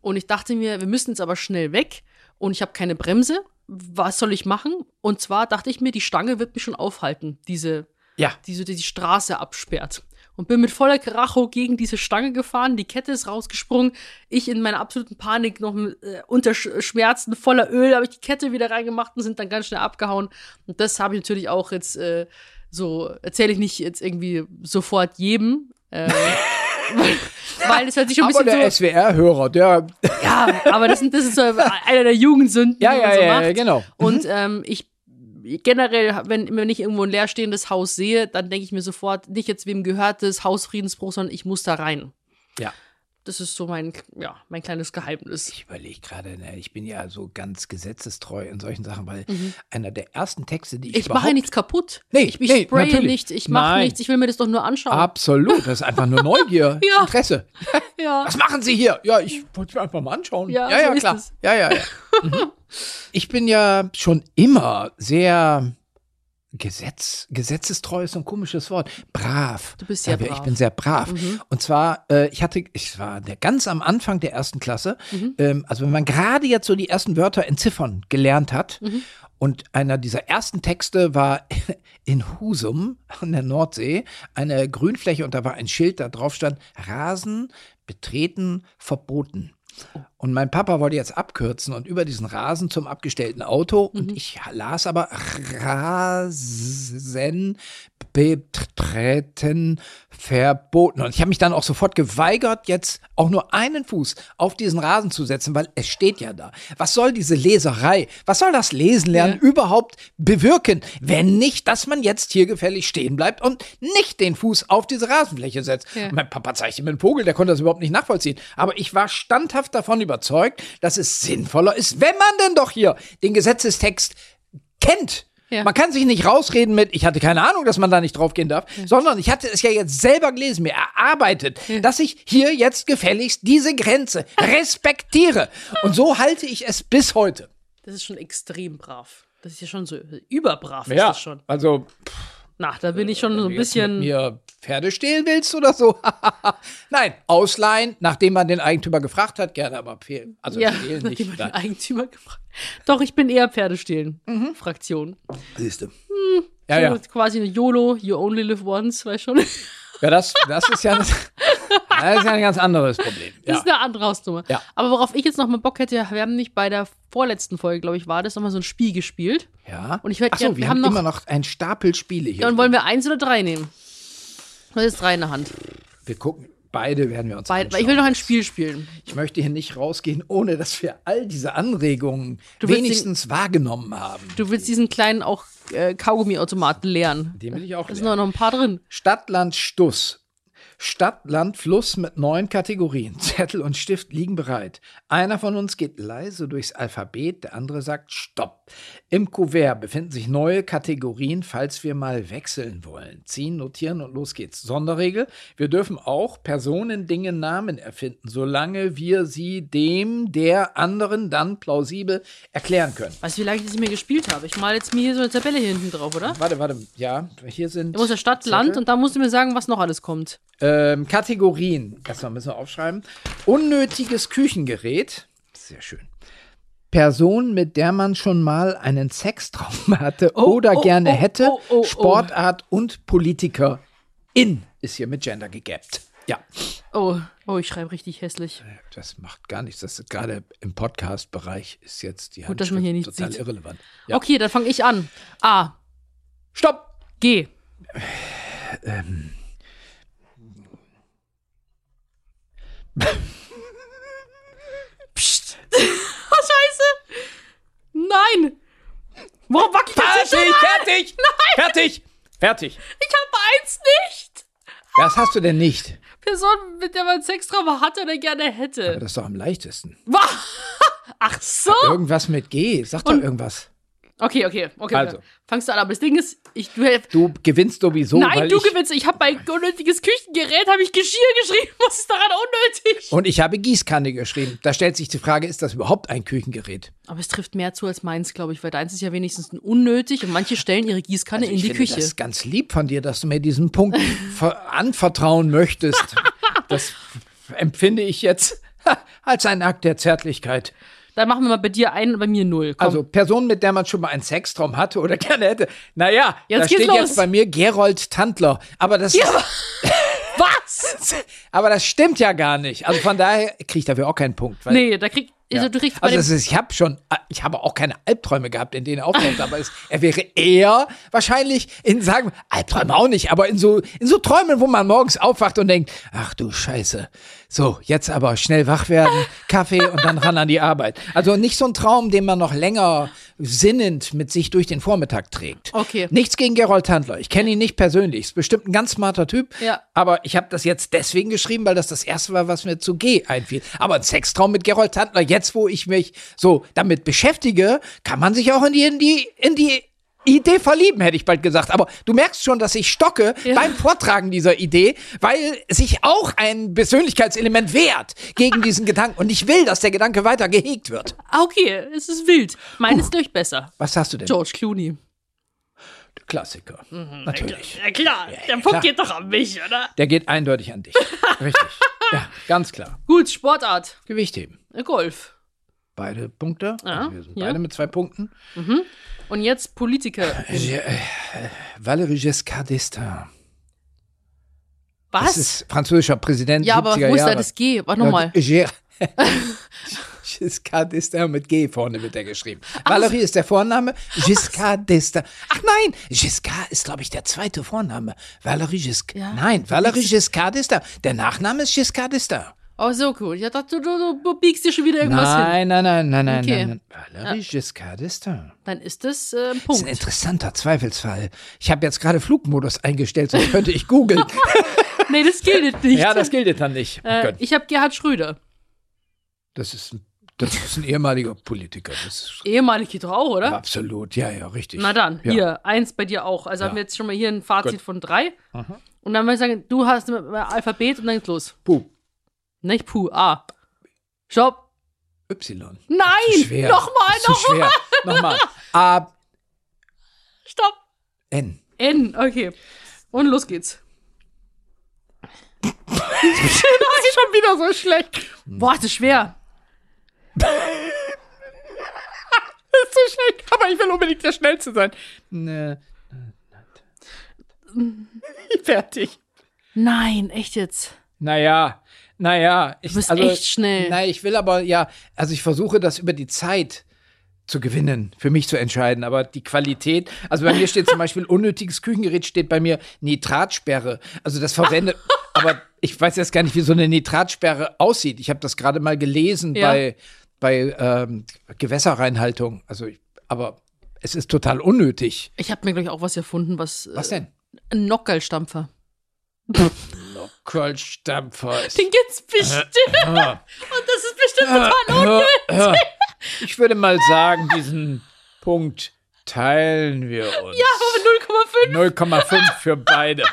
Und ich dachte mir, wir müssen jetzt aber schnell weg und ich habe keine Bremse. Was soll ich machen? Und zwar dachte ich mir, die Stange wird mich schon aufhalten, diese,
Ja.
die so die, die Straße absperrt. Und bin mit voller Karacho gegen diese Stange gefahren, die Kette ist rausgesprungen. Ich in meiner absoluten Panik noch äh, unter Sch- Schmerzen, voller Öl, habe ich die Kette wieder reingemacht und sind dann ganz schnell abgehauen. Und das habe ich natürlich auch jetzt äh, so, erzähle ich nicht jetzt irgendwie sofort jedem. Äh, *laughs* weil, weil das hört sich schon ein
Aber
bisschen so.
der SWR-Hörer,
*laughs*
der. *laughs*
Ja, aber das, sind, das ist so einer der Jugendsünden,
Ja,
die man
ja,
so
ja,
macht.
ja, genau.
Und ähm, ich generell, wenn, wenn ich irgendwo ein leerstehendes Haus sehe, dann denke ich mir sofort, nicht jetzt wem gehört das Hausfriedensbruch, sondern ich muss da rein.
Ja.
Das ist so mein, ja, mein kleines Geheimnis.
Ich überlege gerade, ne, ich bin ja so ganz gesetzestreu in solchen Sachen, weil einer der ersten Texte, die ich.
Mhm. Ich mache ja
überhaupt-
nichts kaputt.
Nee,
ich ich
nee,
spraye
natürlich.
nichts, ich mache
Nein.
nichts, ich will mir das doch nur anschauen.
Absolut, das ist einfach nur Neugier,
*laughs* Ja.
Interesse.
Ja.
Was machen Sie hier? Ja, ich wollte es mir einfach mal anschauen.
Ja,
ja,
so
ja
ist
klar.
es.
Ja, ja, ja.
*laughs*
Mhm. Ich bin ja schon immer sehr Gesetz, gesetzestreu ist so ein komisches Wort. Brav.
Du bist sehr
Sag ich,
brav.
Ich bin sehr brav. Und zwar, äh, ich hatte, ich war der, ganz am Anfang der ersten Klasse. Ähm, also wenn man gerade jetzt so die ersten Wörter entziffern gelernt hat. Und einer dieser ersten Texte war *laughs* in Husum an der Nordsee eine Grünfläche und da war ein Schild, da drauf stand Rasen betreten verboten. Und mein Papa wollte jetzt abkürzen und über diesen Rasen zum abgestellten Auto. Und ich las aber Rasen betreten verboten. Und ich habe mich dann auch sofort geweigert, jetzt auch nur einen Fuß auf diesen Rasen zu setzen, weil es steht ja da. Was soll diese Leserei, was soll das Lesen lernen überhaupt bewirken, wenn nicht, dass man jetzt hier gefällig stehen bleibt und nicht den Fuß auf diese Rasenfläche setzt?
Ja.
Und mein Papa zeigte mir einen Vogel, der konnte das überhaupt nicht nachvollziehen. Aber ich war standhaft davon überzeugt, dass es sinnvoller ist, wenn man denn doch hier den Gesetzestext kennt.
Ja.
Man kann sich nicht rausreden mit, ich hatte keine Ahnung, dass man da nicht draufgehen darf, sondern ich hatte es ja jetzt selber gelesen, mir erarbeitet, dass ich hier jetzt gefälligst diese Grenze respektiere. Und so halte ich es bis heute.
Das ist schon extrem brav. Das ist ja schon so überbrav ist das schon.
also
Na, da bin ich schon so ein
Wenn
bisschen.
du jetzt Äh, mit mir Pferde stehlen willst oder so. *laughs* Nein, ausleihen, nachdem man den Eigentümer gefragt hat, gerne, aber fehlen. Also
ja, *laughs*
stehlen
nachdem
nicht.
man den Eigentümer gefragt. Doch, ich bin eher Pferdestehlen.
Mhm.
Fraktion. Hm,
Siehste. Ja, ja.
So Quasi eine YOLO, you only live once, weißt schon. *laughs* Das
ja das, das ist ja *laughs* das, das ist ja ein ganz anderes Problem. Ja.
ist eine andere Hausnummer.
Ja.
Aber worauf ich jetzt nochmal Bock hätte, wir haben nicht bei der vorletzten Folge, glaube ich, war das, nochmal so ein Spiel gespielt.
ja.
Und ich werd
Ach so,
gern-
wir,
wir
haben,
haben noch-
immer noch einen Stapel Spiele hier.
Ja, und wollen wir eins oder drei nehmen? Das ist drei in der Hand.
wir gucken, beide werden wir uns
Weil, weil
anschauen.
ich will noch ein Spiel spielen.
Ich möchte hier nicht rausgehen, ohne dass wir all diese Anregungen
Du willst
wenigstens wahrgenommen haben.
Du willst diesen kleinen auch äh, Kaugummi-Automaten leeren.
Den will ich auch
Da sind
lernen.
auch noch ein paar drin.
Stadt, Land, Stuss. Stadt, Land, Fluss mit neun Kategorien. *laughs* Zettel und Stift liegen bereit. Einer von uns geht leise durchs Alphabet, der andere sagt Stopp. Im Kuvert befinden sich neue Kategorien, falls wir mal wechseln wollen. Ziehen, notieren und los geht's. Sonderregel: Wir dürfen auch Personen, Dinge, Namen erfinden, solange wir sie dem der anderen dann plausibel erklären können.
Weißt du, wie lange ich das nicht mehr gespielt habe? Ich male jetzt mir hier so eine Tabelle hier hinten drauf, oder?
Warte, warte, ja, hier sind
Da muss ja Stadt, Land und da musst du mir sagen, was noch alles kommt.
ähm, Kategorien. Erstmal müssen wir aufschreiben. Unnötiges Küchengerät. Sehr schön. Person, mit der man schon mal einen Sextraum hatte oder
oh,
gerne
oh,
hätte.
oh, oh, oh.
Sportart und Politiker. In ist hier mit Gender gegappt. Ja,
Oh, oh, ich schreibe richtig hässlich.
das macht gar nichts. Das ist gerade im Podcast-Bereich ist jetzt die Handschrift
dass man hier nichts
total
sieht.
irrelevant. Ja.
Okay, dann fange ich an. A.
Stopp!
G.
Ähm.
Psst. *laughs* Oh, scheiße. Nein. Warum wackelt das schon?
Fertig, fertig, fertig, fertig.
Ich habe eins nicht.
Was hast du denn nicht?
Person, mit der man Sextrauma hatte oder gerne
Das
hätte.
ist doch am leichtesten.
Wah. *laughs* Ach so.
Irgendwas mit G, sag doch irgendwas.
Okay, okay, okay.
Also.
okay. Fangst du an. Aber das Ding ist, ich, du,
Du gewinnst sowieso.
Nein,
weil
du
ich,
gewinnst. Ich habe bei unnötiges Küchengerät habe ich Geschirr geschrieben. Was ist daran unnötig?
Und ich habe Gießkanne geschrieben. Da stellt sich die Frage, ist das überhaupt ein Küchengerät?
Aber es trifft mehr zu als meins, glaube ich, weil deins ist ja wenigstens ein unnötig und manche stellen ihre Gießkanne in
Also ich
die
finde
Küche.
Das ist ganz lieb von dir, dass du mir diesen
*laughs*
Punkt ver- anvertrauen möchtest. Das empfinde ich jetzt *laughs* als einen Akt der Zärtlichkeit.
Dann machen wir mal bei dir einen und bei mir null. Komm.
Also Personen, mit der man schon mal einen Sextraum hatte oder *laughs* gerne hätte. Naja,
Jetzt
da
geht's
steht
los.
jetzt bei mir Gerold Tandler. Aber das,
was?
*laughs* aber das stimmt ja gar nicht. Also von daher kriege ich dafür auch keinen Punkt. Weil
Nee, da krieg, also
Ja.
du kriegst bei
also
dem,
es ist, ich habe schon, ich habe auch keine Albträume gehabt, in denen er aufkommt, aber es, er wäre eher wahrscheinlich in sagen Albträume auch nicht, aber in so in so Träumen, wo man morgens aufwacht und denkt, ach du Scheiße, so jetzt aber schnell wach werden,
*laughs*
Kaffee und dann ran an die Arbeit. Also nicht so ein Traum, den man noch länger sinnend mit sich durch den Vormittag trägt.
Okay.
Nichts gegen Gerold Handler. Ich kenne ihn nicht persönlich. Ist bestimmt ein ganz smarter Typ.
Ja.
Aber ich habe das jetzt deswegen geschrieben, weil das das erste war, was mir zu G einfiel. Aber ein Sextraum mit Gerold Handler, jetzt wo ich mich so damit beschäftige, kann man sich auch in die, in die, in die Idee verlieben, hätte ich bald gesagt. Aber du merkst schon, dass ich stocke beim Vortragen dieser Idee, weil sich auch ein Persönlichkeitselement wehrt gegen diesen Gedanken. Und ich will, dass der Gedanke weiter gehegt wird.
Ah, okay, es ist wild. Meines durch besser.
Was hast du denn?
George Clooney.
Klassiker. Natürlich.
Ja klar, der
Punkt klar.
geht doch an mich, oder?
Der geht eindeutig an
*laughs*
dich. Richtig. Ja, ganz klar.
Gut, Sportart.
Gewicht heben.
Äh, Golf.
Beide Punkte.
Ja,
also wir sind
ja.
beide mit zwei Punkten.
Und jetzt Politiker.
Valéry Giscard d'Estaing. Das
Was?
ist französischer Präsident.
Ja, aber
70er
wo ist da
Jahre.
das G? Warte
Ja,
nochmal. *laughs*
G- *laughs* Giscard d'Estaing mit G vorne wird er geschrieben. Valérie ist der Vorname, Giscard d'Estaing. Ach nein, Giscard ist, glaube ich, der zweite Vorname. Valérie Giscard.
Ja.
Nein, Valérie Giscard d'Estaing. Der Nachname ist Giscard d'Estaing.
Oh, so cool. Ich dachte, du, du, du biegst dir schon wieder irgendwas
Nein,
hin.
nein, nein, nein, nein,
Okay.
nein, nein. Valérie Giscard d'Estaing.
Dann ist das äh, ein
Das ist ein
Punkt.
interessanter Zweifelsfall. Ich habe jetzt gerade Flugmodus eingestellt, sonst könnte ich googeln. *laughs*
Nee, das gilt nicht.
gilt jetzt dann nicht.
äh, ich habe Gerhard Schröder.
Das ist, ein- das ist ein ehemaliger Politiker. Das ist
Ehemalig geht doch auch, oder?
absolut, ja, ja, richtig.
Ah. Na dann,
ja.
hier, eins bei dir auch. Also haben wir jetzt schon mal hier ein Fazit
Gut.
von drei. Und dann würde ich sagen, du hast ein Alphabet und dann geht's los.
Puh,
Nicht Puh, A. Stopp.
Y. Zu
Nein!
schwer.
Nochmal,
Zu
nochmal!
schwer. Nochmal. A,
Stopp!
N.
N, okay. Und los *laughs* geht's. das ist schon wieder so schlecht. Boah, das ist *laughs* schwer. das ist so schlecht, aber ich will unbedingt der Schnellste sein.
Ne,
Fertig. Nein, echt jetzt.
naja, naja. Ich,
Du bist
also,
echt schnell.
Nein, ich will aber, ja, also ich versuche das über die Zeit zu gewinnen, für mich zu entscheiden, aber die Qualität, also bei mir steht zum
*laughs*
Beispiel unnötiges Küchengerät, steht bei mir Nitratsperre, also das
*laughs*
verwendet, aber ich weiß jetzt gar nicht, wie so eine Nitratsperre aussieht. Ich habe das gerade mal gelesen
Ja.
bei, bei ähm, Gewässerreinhaltung, also ich, aber es ist total unnötig.
Ich habe mir gleich auch was erfunden, was. äh,
Was denn?
Ein Nockerlstampfer.
Lockerlstampfer ist
Den gibt's bestimmt. Und das ist bestimmt total.
Äh, äh, Ich würde mal sagen, diesen Punkt teilen wir uns.
Ja, 0,5.
0,5 für beide.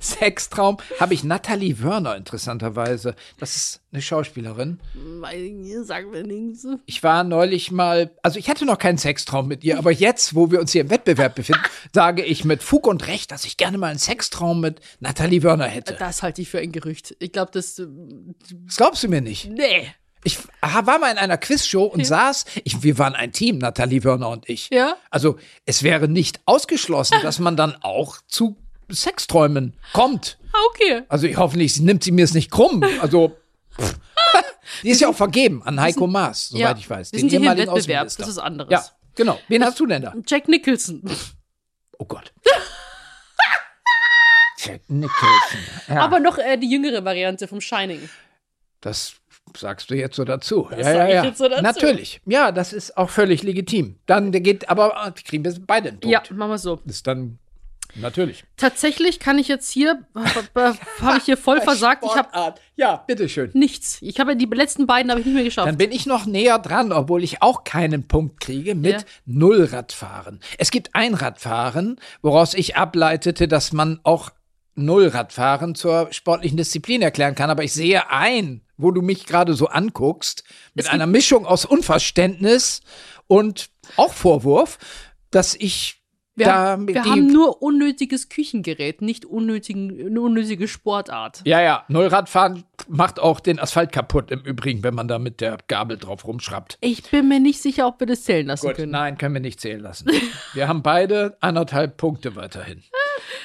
Sextraum habe ich Nathalie Wörner interessanterweise. Das ist eine Schauspielerin.
Weil, Sagen wir nichts.
Ich war neulich mal, also ich hatte noch keinen Sextraum mit ihr, aber jetzt, wo wir uns hier im Wettbewerb befinden, sage ich mit Fug und Recht, dass ich gerne mal einen Sextraum mit Nathalie Wörner hätte.
Das halte ich für ein Gerücht. Ich glaube, das. äh,
Das glaubst du mir nicht?
Nee.
Ich ha- war mal in einer Quizshow und saß, ich, wir waren ein Team, Nathalie Wörner und ich.
Ja. Ah.
Also es wäre nicht ausgeschlossen, dass man dann auch zu Sexträumen kommt.
Ah, okay.
Also ich hoffentlich nimmt sie mir es nicht krumm. Also
*laughs*
pff. die ist ja auch vergeben an Heiko Maas, soweit
ja.
ich weiß.
Wir sind hier im
ehemaligen
Wettbewerb,
Außenminister.
das ist anderes.
Ja, genau. Wen hast du denn
*laughs*
da?
Jack Nicholson.
Oh Gott. Jack Nicholson. Ja,
Aber noch äh, die jüngere Variante vom Shining.
das sagst du jetzt so dazu. Das
sag ich jetzt so dazu.
Natürlich. Ja, das ist auch völlig legitim. Dann der geht, aber ah, kriegen wir beide einen Punkt.
Ja, machen wir so.
Ist dann natürlich.
Tatsächlich kann ich jetzt hier, *laughs* habe ich hier voll versagt. Ich habe
Sportart. Ja, bitteschön.
nichts. Ich habe ja die letzten beiden habe ich nicht mehr geschafft.
Dann bin ich noch näher dran, obwohl ich auch keinen Punkt kriege mit
Ja.
Nullradfahren. Es gibt Einradfahren, woraus ich ableitete, dass man auch Nullradfahren zur sportlichen Disziplin erklären kann. Aber ich sehe ein, wo du mich gerade so anguckst, mit einer Mischung aus Unverständnis und auch Vorwurf, dass ich
Wir,
da
haben,
mit
wir
die-
haben nur unnötiges Küchengerät, nicht unnötigen, eine unnötige Sportart.
Ja, ja, Nullradfahren macht auch den Asphalt kaputt im Übrigen, wenn man da mit der Gabel drauf rumschraubt.
Ich bin mir nicht sicher, ob wir das zählen lassen
Gut,
können.
nein, können wir nicht zählen lassen. Wir haben beide anderthalb Punkte
*laughs*
weiterhin.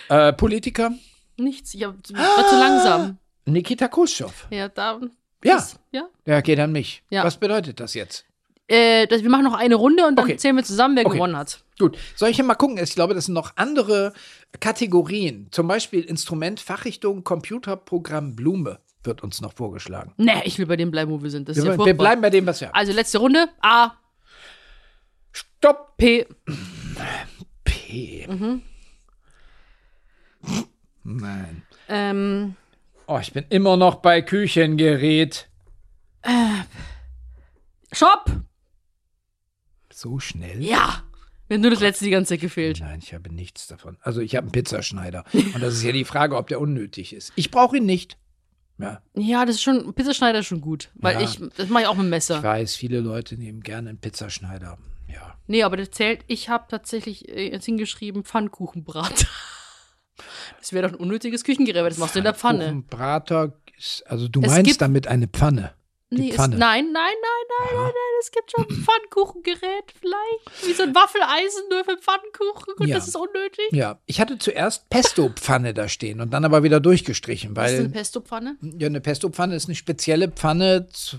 Äh, Politiker
Nichts. Ich hab, war zu langsam.
Nikita Khrushchev.
Ja, da.
Ja.
Das, ja.
Der geht an mich.
Ja.
Was bedeutet das jetzt?
Äh, das, wir machen noch eine Runde und dann
Okay.
zählen wir zusammen, wer
Okay.
gewonnen hat.
Gut, soll ich hier mal gucken? Ich glaube, das sind noch andere Kategorien. Zum Beispiel Instrument, Fachrichtung, Computerprogramm, Blume wird uns noch vorgeschlagen.
Nee, ich will bei dem bleiben, wo wir sind. Das
Wir,
ist ja
wir
furchtbar.
bleiben bei dem, was wir haben.
Also letzte Runde. A,
Stopp!
P.
P.
Mhm.
Nein.
Ähm,
Oh, ich bin immer noch bei Küchengerät.
Shop!
So schnell?
Ja! Mir hat nur das letzte die ganze Zeit gefehlt.
Nein, ich habe nichts davon. Also ich habe einen Pizzaschneider. Und das ist ja die Frage, ob der unnötig ist. Ich brauche ihn nicht. Ja,
Ja, das ist schon, Pizzaschneider ist schon gut. Weil
Ja.
ich, das mache ich auch mit dem Messer.
ich weiß, viele Leute nehmen gerne einen Pizzaschneider. Ja.
Nee, aber das zählt. Ich habe tatsächlich äh, jetzt hingeschrieben Pfannkuchenbrat. *laughs* Das wäre doch ein unnötiges Küchengerät, weil das machst du in der Pfanne.
Brater, ist, also du
Es gibt-
meinst damit eine Pfanne. Die
Nee, ist, nein,
Pfanne.
nein, nein, nein, nein, nein, es gibt
*laughs*
schon ein Pfannkuchengerät vielleicht. Wie so ein Waffeleisen nur für Pfannkuchen und
Ja.
das ist unnötig.
Ja, ich hatte zuerst Pesto-Pfanne da stehen und dann aber wieder durchgestrichen,
Was ist eine
weil Hm.
Pesto-Pfanne?
ja, eine Pesto-Pfanne ist eine spezielle Pfanne zu,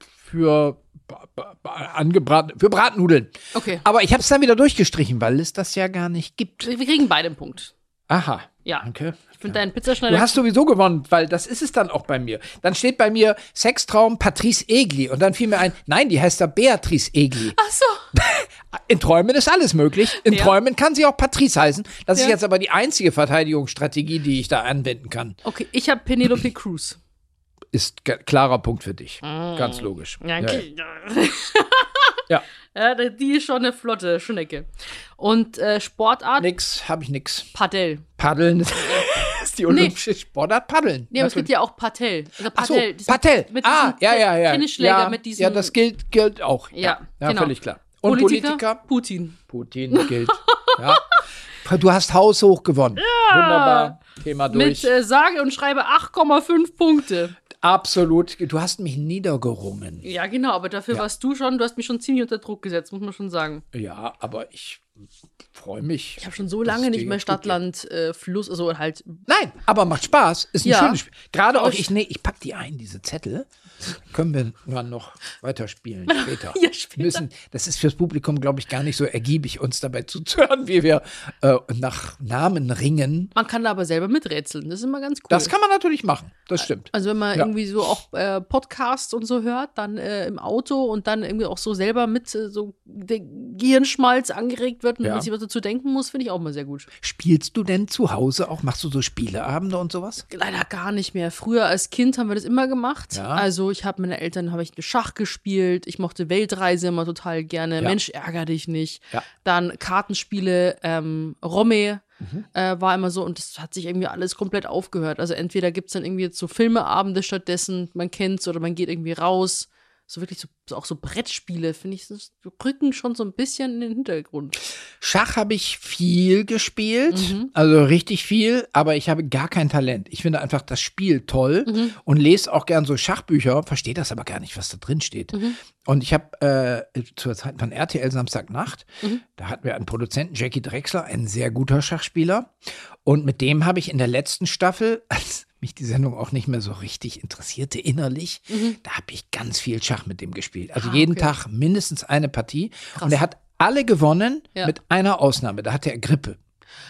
für ba- ba- ba- angebraten, für Bratnudeln.
Okay.
Aber ich habe es dann wieder durchgestrichen, weil es das ja gar nicht gibt.
Wir kriegen beide einen Punkt.
Aha.
Ja.
Danke.
Ich finde deinen Pizzaschneider.
Du hast sowieso gewonnen, weil das ist es dann auch bei mir. Dann steht bei mir Sextraum Patrice Egli und dann fiel mir ein, nein, die heißt da Beatrice Egli.
Ach so.
*laughs* In Träumen ist alles möglich. In
Ja.
Träumen kann sie auch Patrice heißen. Das ist
Ja.
jetzt aber die einzige Verteidigungsstrategie, die ich da anwenden kann.
Okay, ich habe Penelope Cruz.
Ist ge- klarer Punkt für dich. Ganz logisch.
Mm. Ja, okay.
ja.
Ja, die ist schon eine flotte Schnecke. Und äh, Sportart?
Nix, habe ich nix.
Patel.
Paddeln *laughs* ist die olympische Sportart. Paddeln.
Nee, aber es gibt ja auch Patel. Also
Ach so,
Patel. diesen-
Patel.
Mit diesem
ah, ja, ja, ja.
Tennisschläger
ja,
mit diesem.
Ja, das gilt, gilt auch.
Ja,
ja,
genau.
völlig klar. Und Politiker?
Putin.
Putin gilt. *laughs* ja. Du hast haushoch gewonnen. Wunderbar. Thema durch.
Mit äh, sage und schreibe 8,5 Punkte.
Absolut. Du hast mich niedergerungen.
Ja, genau, aber dafür warst du schon, du hast mich schon ziemlich unter Druck gesetzt, muss man schon sagen.
Ja, aber ich freue mich.
Ich habe schon so
dass
lange
es
nicht
dir
mehr
gut
Stadt, Land, äh, Fluss, also halt.
Nein, aber macht Spaß. Ist ein
Ja.
schönes Spiel. Gerade auch
Aber
ich, nee, ich pack die ein, diese Zettel. Können wir dann noch weiterspielen
*laughs*
später.
Ja, später.
Müssen, das ist fürs Publikum, glaube ich, gar nicht so ergiebig, uns dabei zuzuhören, wie wir äh, nach Namen ringen.
Man kann da aber selber miträtseln, das ist immer ganz cool.
Das kann man natürlich machen. Das stimmt.
Also wenn man
Ja.
irgendwie so auch äh, Podcasts und so hört, dann äh, im Auto und dann irgendwie auch so selber mit äh, so der Gehirnschmalz angeregt wird und
Ja.
man sich was dazu denken muss, finde ich auch mal sehr gut.
Spielst du denn zu Hause auch? Machst du so Spieleabende und sowas?
Leider gar nicht mehr. Früher als Kind haben wir das immer gemacht.
Ja.
Also ich habe meine Eltern habe ich Schach gespielt. Ich mochte Weltreise immer total
Ja.
gerne. Mensch, ärger dich nicht.
Ja.
Dann Kartenspiele, ähm, Romme
Mhm.
äh, war immer so und das hat sich irgendwie alles komplett aufgehört. Also entweder gibt es dann irgendwie jetzt so Filmeabende stattdessen, man kennt's oder man geht irgendwie raus. So wirklich so, so auch so Brettspiele, finde ich, das rücken schon so ein bisschen in den Hintergrund.
Schach habe ich viel gespielt,
Mhm.
also richtig viel, aber ich habe gar kein Talent. Ich finde einfach das Spiel toll
Mhm.
und lese auch gern so Schachbücher, verstehe das aber gar nicht, was da drin steht.
Mhm.
Und ich habe äh, zur Zeit von RTL Samstagnacht,
Mhm.
da hatten wir einen Produzenten, Jackie Drexler, ein sehr guter Schachspieler. Und mit dem habe ich in der letzten Staffel, *laughs* als mich die Sendung auch nicht mehr so richtig interessierte innerlich, da habe ich ganz viel Schach mit dem gespielt. Also
Mhm. Ah,
jeden
okay.
Tag mindestens eine Partie.
Krass.
Und er hat alle gewonnen,
Ja.
mit einer Ausnahme. Da hatte er Grippe,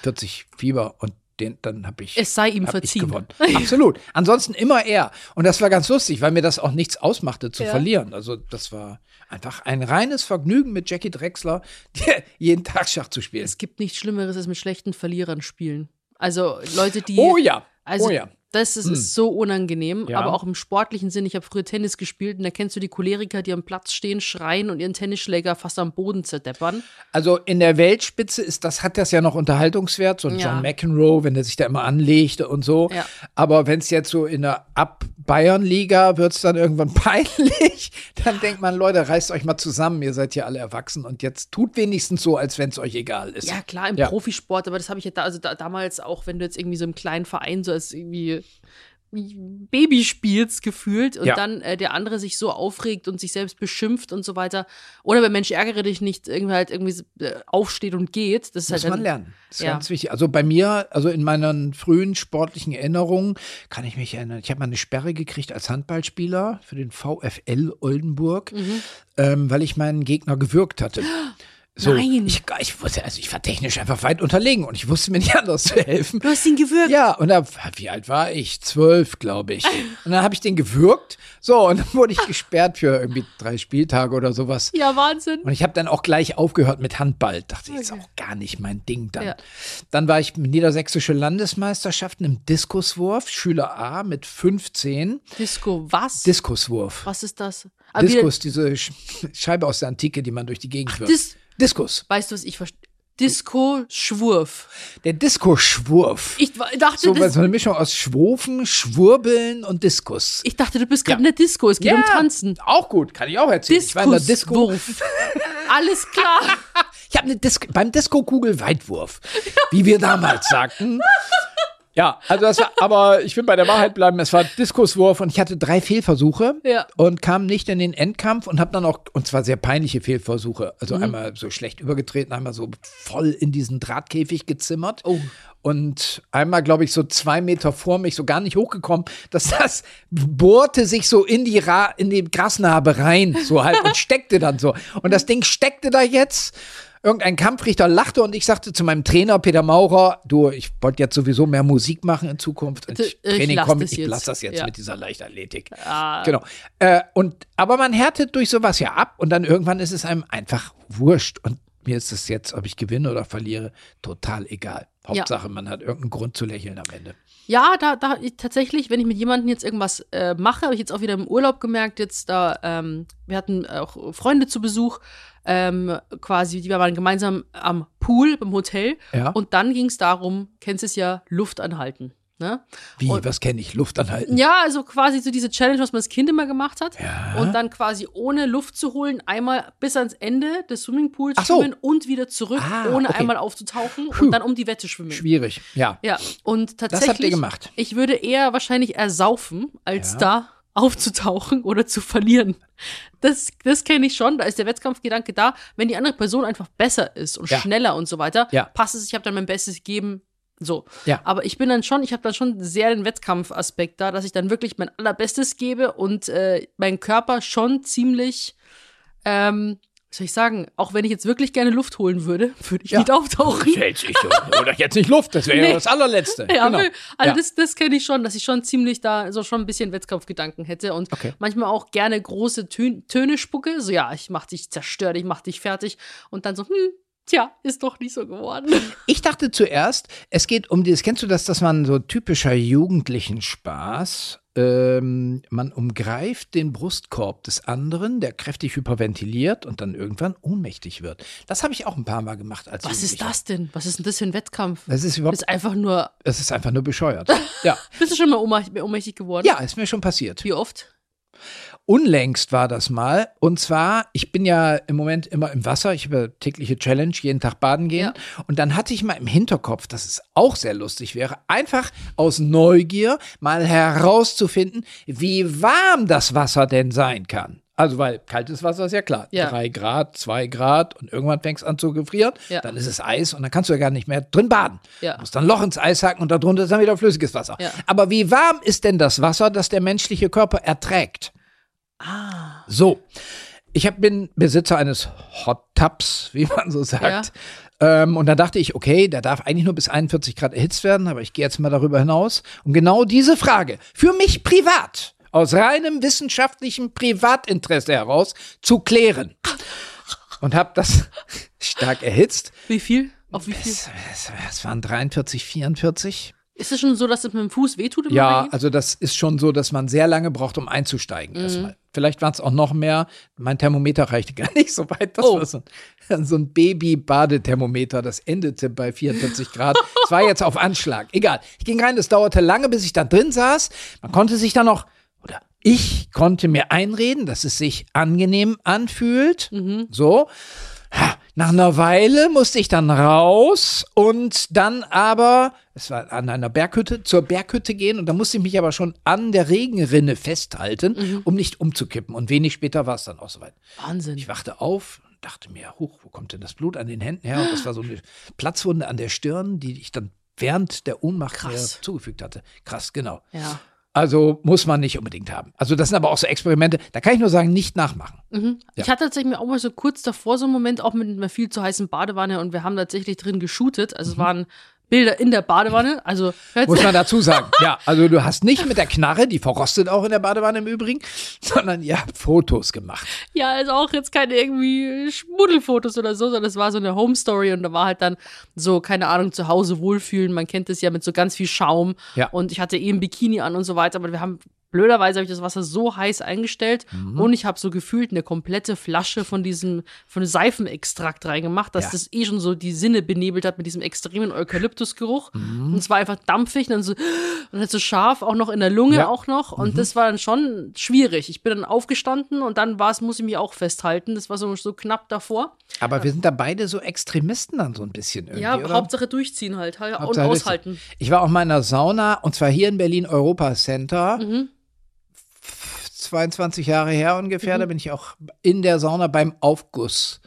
40 Fieber und den, dann habe ich,
Es sei ihm
hab ich
verziehen.
gewonnen. Absolut. Ansonsten immer er. Und das war ganz lustig, weil mir das auch nichts ausmachte zu
Ja.
verlieren. Also das war einfach ein reines Vergnügen mit Jackie Drexler, *laughs* jeden Tag Schach zu spielen.
Es gibt nichts Schlimmeres, als mit schlechten Verlierern spielen. Also Leute, die.
Oh ja,
Also
oh ja.
das ist, ist so unangenehm,
Ja.
aber auch im sportlichen Sinn. Ich habe früher Tennis gespielt und da kennst du die Choleriker, die am Platz stehen, schreien und ihren Tennisschläger fast am Boden zerdeppern.
Also in der Weltspitze ist das, hat das ja noch Unterhaltungswert, so ein
Ja.
John McEnroe, wenn er sich da immer anlegt und so.
Ja.
Aber wenn es jetzt so in der Ab-Bayern-Liga wird es dann irgendwann *laughs* peinlich, dann denkt man, Leute, reißt euch mal zusammen, ihr seid ja alle erwachsen und jetzt tut wenigstens so, als wenn es euch egal ist.
Ja, klar, im
Ja.
Profisport, aber das habe ich ja da, also da, damals auch, wenn du jetzt irgendwie so im kleinen Verein so als irgendwie Baby spielst, gefühlt und
Ja.
dann äh, der andere sich so aufregt und sich selbst beschimpft und so weiter. Oder wenn Mensch ärgere dich nicht, irgendwie halt irgendwie äh, aufsteht und geht. Das ist
Muss
halt
man
dann-
lernen. Das ist
Ja.
ganz wichtig. Also bei mir, also in meinen frühen sportlichen Erinnerungen kann ich mich erinnern, ich habe mal eine Sperre gekriegt als Handballspieler für den VfL Oldenburg,
Mhm.
ähm, weil ich meinen Gegner gewürgt
*gasps*
hatte. So,
Nein.
Ich, ich wusste, also ich war technisch einfach weit unterlegen und ich wusste mir nicht *laughs* anders zu helfen.
Du hast ihn gewürgt.
Ja, und da, wie alt war ich? Zwölf, glaube ich.
*laughs*
Und dann habe ich den gewürgt. So, und dann wurde ich gesperrt für irgendwie drei Spieltage oder sowas.
ja Wahnsinn.
Und ich habe dann auch gleich aufgehört mit Handball. Dachte, jetzt auch gar nicht mein Ding dann.
Oh Ja.
Dann war ich niedersächsische Landesmeisterschaften im Diskuswurf, Schüler A mit 15.
Disco, was?
Diskuswurf.
Was ist das? Aber wieder,
Diskus, diese Sch Scheibe aus der Antike, die man durch die Gegend wirft.
Dis-
Diskus.
weißt du, was ich verstehe? Disco-Schwurf.
Der Diskusschwurf.
Ich wa- dachte,
So,
das,
so eine Mischung aus Schwurfen, Schwurbeln und Diskus.
ich dachte, du bist gerade in der Disco. Es geht um Tanzen.
Auch gut, kann ich auch erzählen. Ich war in der Disco. *laughs*
Diskuswurf. Alles klar.
Ich habe eine Dis beim Disco-Kugel-Weitwurf, wie wir damals sagten. Ja, also das war, aber ich will bei der Wahrheit bleiben. Es war Diskuswurf und ich hatte drei Fehlversuche
Ja.
und kam nicht in den Endkampf und habe dann auch, und zwar sehr peinliche Fehlversuche, also
Mhm.
einmal so schlecht übergetreten, einmal so voll in diesen Drahtkäfig gezimmert
Oh.
und einmal, glaube ich, so zwei Meter vor mich, so gar nicht hochgekommen, dass das bohrte sich so in die, Ra in die Grasnarbe rein, so halt und steckte dann so. Und das Ding steckte da jetzt. Irgendein Kampfrichter lachte und ich sagte zu meinem Trainer Peter Maurer, du, ich wollte jetzt sowieso mehr Musik machen in Zukunft. Und
D-
ich,
ich
Training
lass
komm,
das
ich
jetzt.
lasse das jetzt
Ja.
mit dieser Leichtathletik.
Ah.
Genau. Äh, und, aber man härtet durch sowas ja ab und dann irgendwann ist es einem einfach wurscht. Und mir ist es jetzt, ob ich gewinne oder verliere, total egal. Hauptsache, man hat irgendeinen Grund zu lächeln am Ende.
Ja, da, da ich tatsächlich, wenn ich mit jemandem jetzt irgendwas äh, mache, habe ich jetzt auch wieder im Urlaub gemerkt, jetzt da, ähm, wir hatten auch Freunde zu Besuch, ähm, quasi, die waren gemeinsam am Pool, beim Hotel.
Ja.
Und dann ging es darum, kennst es ja, Luft anhalten. Ne?
Wie,
Und-
was kenne ich? Luft anhalten.
Ja, also quasi so diese Challenge, was man als Kind immer gemacht hat.
Ja.
Und dann quasi ohne Luft zu holen, einmal bis ans Ende des Swimmingpools
Ach so.
schwimmen und wieder zurück,
Ah,
ohne
okay.
einmal aufzutauchen
Puh.
und dann um die Wette schwimmen.
Schwierig. Ja.
Ja, und tatsächlich.
Das habt ihr gemacht.
Ich würde eher wahrscheinlich ersaufen, als
Ja.
da aufzutauchen oder zu verlieren. Das, das kenne ich schon. Da ist der Wettkampfgedanke da. Wenn die andere Person einfach besser ist und
Ja.
schneller und so weiter,
Ja.
passt es, ich habe dann mein Bestes gegeben. So.
Ja.
Aber ich bin dann schon, ich habe dann schon sehr den Wettkampfaspekt da, dass ich dann wirklich mein allerbestes gebe und äh, mein Körper schon ziemlich, ähm, was soll ich sagen, auch wenn ich jetzt wirklich gerne Luft holen würde, *laughs* würde ich
Ja. *laughs*
nicht auftauchen.
Hält sich so. Oder jetzt nicht Luft, das wäre ja
Nee.
das allerletzte.
*laughs* Ja,
genau.
will- also
Ja.
das, das kenne ich schon, dass ich schon ziemlich da so schon ein bisschen Wettkampfgedanken hätte und
Okay.
manchmal auch gerne große Tön Töne spucke. So ja, ich mach dich zerstört, ich mach dich fertig und dann so, hm, Tja, ist doch nicht
*laughs*
so geworden.
Ich dachte zuerst, es geht um dieses, kennst du das, dass man so typischer jugendlichen Spaß, ähm, man umgreift den Brustkorb des anderen, der kräftig hyperventiliert und dann irgendwann ohnmächtig wird. Das habe ich auch ein paar Mal gemacht als
Was ist
Jugendlicher.
das denn? Was ist denn das für ein Wettkampf?
Das ist überhaupt,
Ist einfach nur.
das ist einfach nur
*laughs*
bescheuert. Ja,
Bist du schon mal ohnmach- ohnmächtig geworden?
ja, ist mir schon passiert.
Wie oft?
Unlängst war das mal. Und zwar, ich bin ja im Moment immer im Wasser. Ich habe ja tägliche Challenge, jeden Tag baden gehen. Und dann hatte ich mal im Hinterkopf, dass es auch sehr lustig wäre, einfach aus Neugier mal herauszufinden, wie warm das Wasser denn sein kann. Also, weil kaltes Wasser ist ja klar.
Ja.
Drei Grad, zwei Grad und irgendwann fängst an zu gefrieren.
Ja.
Dann ist es Eis und dann kannst du ja gar nicht mehr drin baden.
Ja.
Musst dann ein Loch ins Eis hacken und darunter ist dann wieder flüssiges Wasser.
Ja.
Aber wie warm ist denn das Wasser, das der menschliche Körper erträgt? So, ich hab, bin Besitzer eines Hot Tubs, *laughs* wie man so sagt. Ähm, und da dachte ich, okay, der darf eigentlich nur bis 41 Grad erhitzt werden, aber ich gehe jetzt mal darüber hinaus. Und genau diese Frage, für mich privat, aus reinem wissenschaftlichen Privatinteresse heraus, zu klären. Und habe das *laughs* stark erhitzt.
Wie viel? Auf wie viel?
Es, es, es waren 43, 44.
Ist es schon so, dass es mit dem Fuß wehtut? Im
Ja,
Moment?
also das ist schon so, dass man sehr lange braucht, um einzusteigen erstmal. Vielleicht waren es auch noch mehr. Mein Thermometer reichte gar *laughs* nicht so weit. Das
Oh.
war so ein, *laughs* so ein Baby-Badethermometer. Das endete bei 44 Grad. Es war jetzt auf Anschlag. Egal. Ich ging rein, das dauerte lange, bis ich da drin saß. Man konnte sich dann noch, oder ich konnte mir einreden, dass es sich angenehm anfühlt. So. Ha, Nach einer Weile musste ich dann raus und dann aber, es war an einer Berghütte, zur Berghütte gehen und da musste ich mich aber schon an der Regenrinne festhalten,
Mhm.
um nicht umzukippen. Und wenig später war es dann auch soweit.
Wahnsinn.
Ich wachte auf und dachte mir, huch, wo kommt denn das Blut an den Händen her? Und das war so eine Platzwunde an der Stirn, die ich dann während der Ohnmacht
Krass.
mir zugefügt hatte. Krass, genau.
Ja.
Also muss man nicht unbedingt haben. Also das sind aber auch so Experimente, da kann ich nur sagen, nicht nachmachen.
Mhm.
Ja.
Ich hatte tatsächlich auch mal so kurz davor so einen Moment, auch mit einer viel zu heißen Badewanne und wir haben tatsächlich drin geshootet. Also es waren Bilder in der Badewanne. Also hört
Muss man dazu
*laughs*
sagen. Ja, also du hast nicht mit der Knarre, die verrostet auch in der Badewanne im Übrigen, sondern ihr habt Fotos gemacht.
Ja, also auch jetzt keine irgendwie Schmuddelfotos oder so, sondern es war so eine Home Story und da war halt dann so, keine Ahnung, zu Hause wohlfühlen. Man kennt es ja mit so ganz viel Schaum.
Ja.
Und ich hatte eh ein Bikini an und so weiter, aber wir haben. Blöderweise habe ich das Wasser so heiß eingestellt
Mhm.
und ich habe so gefühlt eine komplette Flasche von diesem von Seifenextrakt reingemacht, dass
Ja.
das eh schon so die Sinne benebelt hat mit diesem extremen Eukalyptusgeruch.
Mhm.
Und es war einfach dampfig und dann so und halt so scharf auch noch in der Lunge
Ja.
auch noch. Und das war dann schon schwierig. Ich bin dann aufgestanden und dann war es, muss ich mich auch festhalten. Das war so, so knapp davor.
Aber wir sind da beide so Extremisten dann so ein bisschen irgendwie,
ja,
oder?
Hauptsache durchziehen halt, halt und
Hauptsache richtig.
aushalten.
Ich war auch mal in der Sauna und zwar hier in Berlin Europa Center.
Mhm.
22 Jahre her ungefähr,
Mhm.
da bin ich auch in der Sauna beim Aufguss.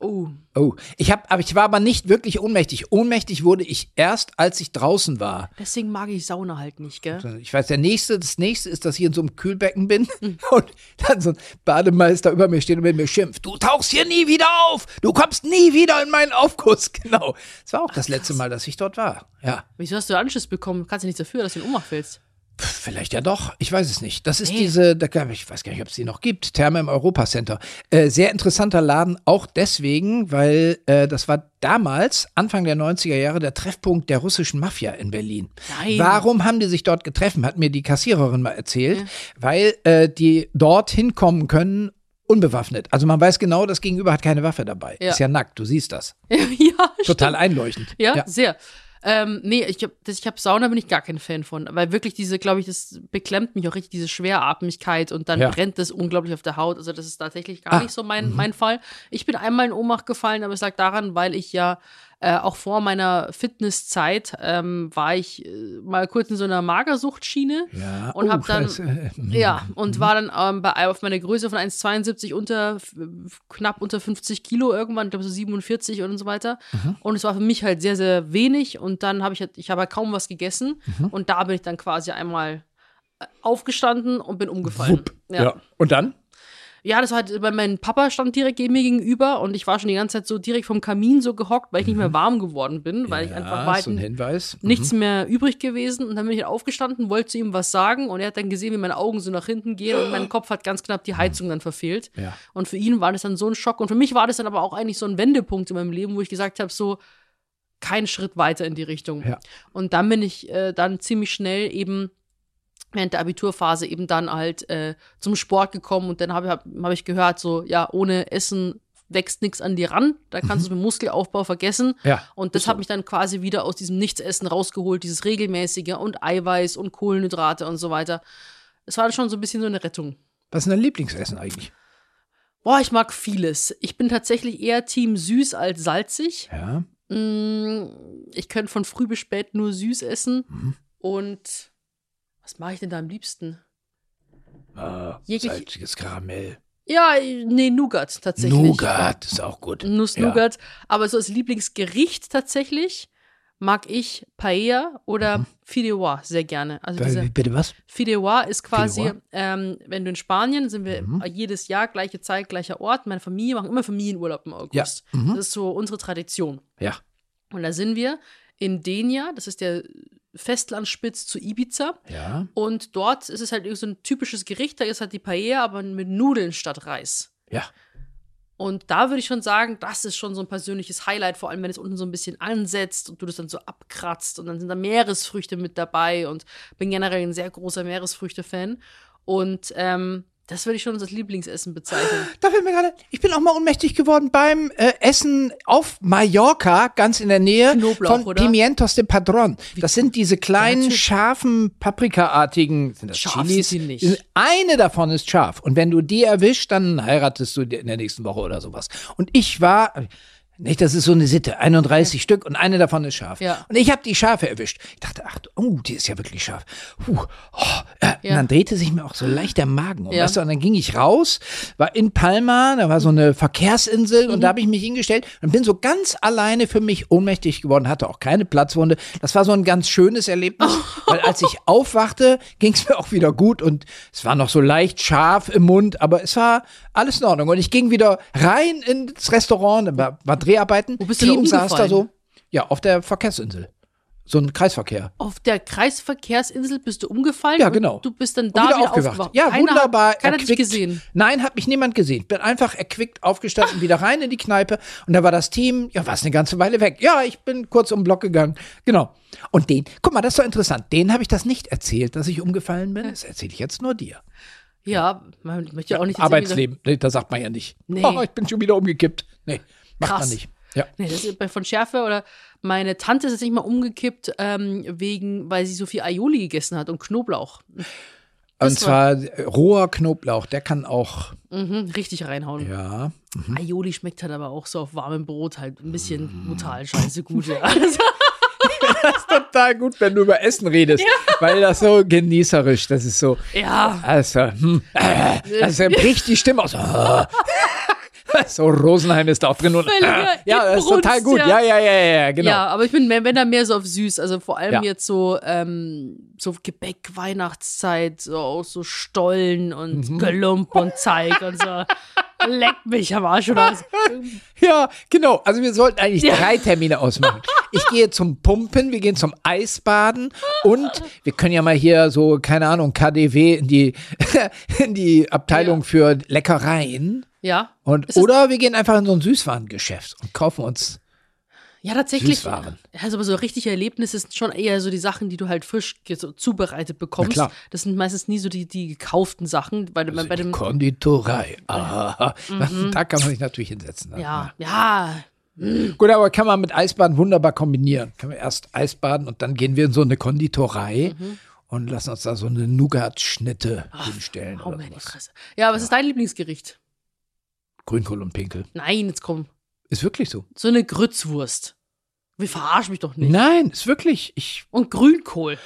Oh.
Oh, ich habe, aber ich war aber nicht wirklich ohnmächtig. Ohnmächtig wurde ich erst, als ich draußen war.
Deswegen mag ich Sauna halt nicht, gell?
Ich weiß, der nächste, das nächste ist, dass ich in so einem Kühlbecken bin *laughs* und dann so ein Bademeister über mir steht und mit mir schimpft. Du tauchst hier nie wieder auf! Du kommst nie wieder in meinen Aufguss! *laughs* Genau. Das war auch das letzte Mal, dass ich dort war. Ja.
Wieso hast du Anschiss bekommen? Kannst du nichts dafür, dass du in Ohnmacht fällst? *laughs*
Pff, Vielleicht ja doch, ich weiß es nicht. Das ist
Nee.
diese, da, gab- ich weiß gar nicht, ob es die noch gibt, Therme im Europacenter. Äh, sehr interessanter Laden, auch deswegen, weil äh, das war damals, Anfang der 90er Jahre, der Treffpunkt der russischen Mafia in Berlin.
Nein.
Warum haben die sich dort getroffen, hat mir die Kassiererin mal erzählt, weil äh, die dort hinkommen können, unbewaffnet. Also man weiß genau, das Gegenüber hat keine Waffe dabei.
Ja.
Ist ja nackt, du siehst das.
ja,
Total einleuchtend.
Ja, sehr. Ähm, nee, ich habe ich hab Sauna bin ich gar kein Fan von, weil wirklich diese, glaube ich, das beklemmt mich auch richtig, diese Schweratmigkeit und dann
Ja.
brennt das unglaublich auf der Haut. Also das ist tatsächlich gar
Ah,
nicht so mein, mein Fall. Ich bin einmal in Ohnmacht gefallen, aber es lag daran, weil ich ja äh, auch vor meiner Fitnesszeit ähm, war ich äh, mal kurz in so einer Magersuchtschiene
Ja.
und
Oh,
hab dann
das, äh, *laughs* mm.
ja, und war dann ähm, bei, auf meine Größe von 1,72 unter f- knapp unter 50 Kilo irgendwann, ich glaube so 47 und so weiter.
Mhm.
Und es war für mich halt sehr, sehr wenig. Und dann habe ich halt, ich habe halt kaum was gegessen.
Mhm.
Und da bin ich dann quasi einmal äh, aufgestanden und bin umgefallen.
Wupp. Ja. Und dann?
Ja, das war halt, weil mein Papa stand direkt mir gegenüber und ich war schon die ganze Zeit so direkt vom Kamin so gehockt, weil ich nicht mehr warm geworden bin, weil ich einfach
Mhm.
halt
ja,
weit
so ein Hinweis.
nichts mehr übrig gewesen. Und dann bin ich halt aufgestanden, wollte zu ihm was sagen und er hat dann gesehen, wie meine Augen so nach hinten gehen und mein Kopf hat ganz knapp die Heizung dann verfehlt.
Ja.
Und für ihn war das dann so ein Schock und für mich war das dann aber auch eigentlich so ein Wendepunkt in meinem Leben, wo ich gesagt habe, so kein Schritt weiter in die Richtung.
Ja.
Und dann bin ich äh, dann ziemlich schnell eben während der Abiturphase eben dann halt äh, zum Sport gekommen und dann habe hab, hab ich gehört, so, ja, ohne Essen wächst nichts an dir ran, da kannst du den Muskelaufbau vergessen.
Ja.
Und das hat mich dann quasi wieder aus diesem Nichtsessen rausgeholt, dieses regelmäßige und Eiweiß und Kohlenhydrate und so weiter. Es war schon so ein bisschen so eine Rettung.
Was ist denn dein Lieblingsessen eigentlich?
Boah, ich mag vieles. Ich bin tatsächlich eher Team süß als salzig.
Ja.
Mm, Ich könnte von früh bis spät nur süß essen.
hm.
Und was mache ich denn da am liebsten?
Ah,
Jeglich-
salziges Karamell.
Ja, nee, Nougat tatsächlich.
Nougat ist auch gut.
Nuss-Nougat. Aber so als Lieblingsgericht tatsächlich mag ich Paella oder Fideuá sehr gerne. Also
Ja.
diese
Äh, Bitte was?
Fideuá ist quasi,
Fideuá?
ähm, wenn du in Spanien, sind wir
Mhm.
jedes Jahr, gleiche Zeit, gleicher Ort. Meine Familie machen immer Familienurlaub im
Ja.
August.
Mhm.
Das ist so unsere Tradition.
Ja.
Und da sind wir in Denia, das ist der Festlandspitz zu Ibiza.
Ja.
Und dort ist es halt irgendwie so ein typisches Gericht, da ist halt die Paella, aber mit Nudeln statt Reis.
Ja.
Und da würde ich schon sagen, das ist schon so ein persönliches Highlight, vor allem wenn es unten so ein bisschen ansetzt und du das dann so abkratzt und dann sind da Meeresfrüchte mit dabei und bin generell ein sehr großer Meeresfrüchte-Fan. Und ähm, das würde ich schon als Lieblingsessen bezeichnen.
Da fällt mir gerade, ich bin auch mal ohnmächtig geworden beim äh, Essen auf Mallorca, ganz in der Nähe
Knoblauch,
von
oder?
Pimientos de Padron. Das sind diese kleinen,
natürlich.
scharfen, paprikaartigen, sind das
Scharf
Chilis?
sind die nicht.
Eine davon ist scharf. Und wenn du die erwischst, dann heiratest du die in der nächsten Woche oder sowas. Und ich war, nicht, das ist so eine Sitte, 31 Stück und eine davon ist scharf.
Ja.
Und ich habe die scharfe erwischt. Ich dachte, ach, oh, die ist ja wirklich scharf. Puh, oh, äh,
Ja.
Und dann drehte sich mir auch so leicht der Magen um.
Ja.
Weißt du, und dann ging ich raus, war in Palma, da war so eine Verkehrsinsel und da
Mhm.
habe ich mich hingestellt und bin so ganz alleine für mich ohnmächtig geworden, hatte auch keine Platzwunde. Das war so ein ganz schönes
*laughs*
Erlebnis, weil als ich aufwachte, ging es mir auch wieder gut und es war noch so leicht scharf im Mund, aber es war alles in Ordnung. Und ich ging wieder rein ins Restaurant, da war, war Dreharbeiten.
Wo bist du denn
Team saß da
umgefallen?
so, ja, auf der Verkehrsinsel. So ein Kreisverkehr.
*gasps* Auf der Kreisverkehrsinsel bist du umgefallen.
Ja,
und
genau.
Du bist dann
Und
da
wieder
wieder,
aufgewacht.
aufgewacht.
Ja,
Keiner hat-
wunderbar.
Keiner hat dich
erquickt.
gesehen.
Nein, hat mich niemand gesehen. Bin einfach erquickt aufgestanden,
*laughs*
wieder rein in die Kneipe. Und da war das Team, ja, war es eine ganze Weile weg. Ja, ich bin kurz um den Block gegangen. Genau. Und den, guck mal, das ist doch interessant. Den habe ich das nicht erzählt, dass ich umgefallen bin. Das erzähle ich jetzt nur dir.
Ja, man möchte ja auch nicht jetzt
Arbeitsleben, nee, da sagt man ja nicht.
Nee.
Oh, ich bin schon wieder umgekippt. Nee, macht man
Krass.
nicht. Ja.
Nee, das ist bei- von Schärfe oder meine Tante ist jetzt nicht mal umgekippt, ähm, wegen, weil sie so viel Aioli gegessen hat und Knoblauch.
Und
Das
zwar äh, roher Knoblauch, der kann auch,
Mhm, richtig reinhauen.
ja.
Aioli schmeckt halt aber auch so auf warmem Brot halt ein bisschen
Mhm.
brutal scheiße gut.
*laughs*
Ja. Also,
total gut, wenn du über Essen redest, weil das so genießerisch, das ist so.
ja.
Also, hm, äh, das bricht die Stimme aus. *laughs* Ah. So, Rosenheim ist da auch drin. Und,
Völliger
ja, das ist total
Inbrunst,
gut. Ja, ja,
ja.
ja, ja, ja genau.
ja, aber ich bin mehr, wenn dann mehr so auf süß. Also vor allem
Ja.
jetzt so, ähm, so Gebäck, Weihnachtszeit, so auch so Stollen und
Mhm.
Gelump und Zeig und
*laughs*
so. Leck mich am Arsch oder was.
Ja, genau. Also wir sollten eigentlich drei Termine ausmachen. Ich gehe zum Pumpen, wir gehen zum Eisbaden und wir können ja mal hier so, keine Ahnung, KDW in die, *laughs* in die Abteilung für Leckereien.
Ja.
Und,
Es ist-
oder wir gehen einfach in so ein Süßwarengeschäft und kaufen uns
Ja, tatsächlich.
Süßwaren.
Also aber so richtige Erlebnisse sind schon eher so die Sachen, die du halt frisch ge- so zubereitet bekommst.
Na klar. Also
Das sind meistens nie so die, die gekauften Sachen, weil bei, bei
Die
dem Mhm.
Konditorei. Ah, Da kann man sich natürlich hinsetzen. ne?
ja, ja,
Gut, aber kann man mit Eisbaden wunderbar kombinieren. Können wir erst Eisbaden und dann gehen wir in so eine Konditorei
Mhm.
und lassen uns da so eine Nougat-Schnitte hinstellen.
hau
Oder
mir in die
sowas.
Fresse. Ja, was ist dein Lieblingsgericht?
Grünkohl und Pinkel.
Nein, jetzt komm.
Ist wirklich so.
So eine Grützwurst. Wir verarschen mich doch nicht.
Nein, ist wirklich. Ich,
Und Grünkohl.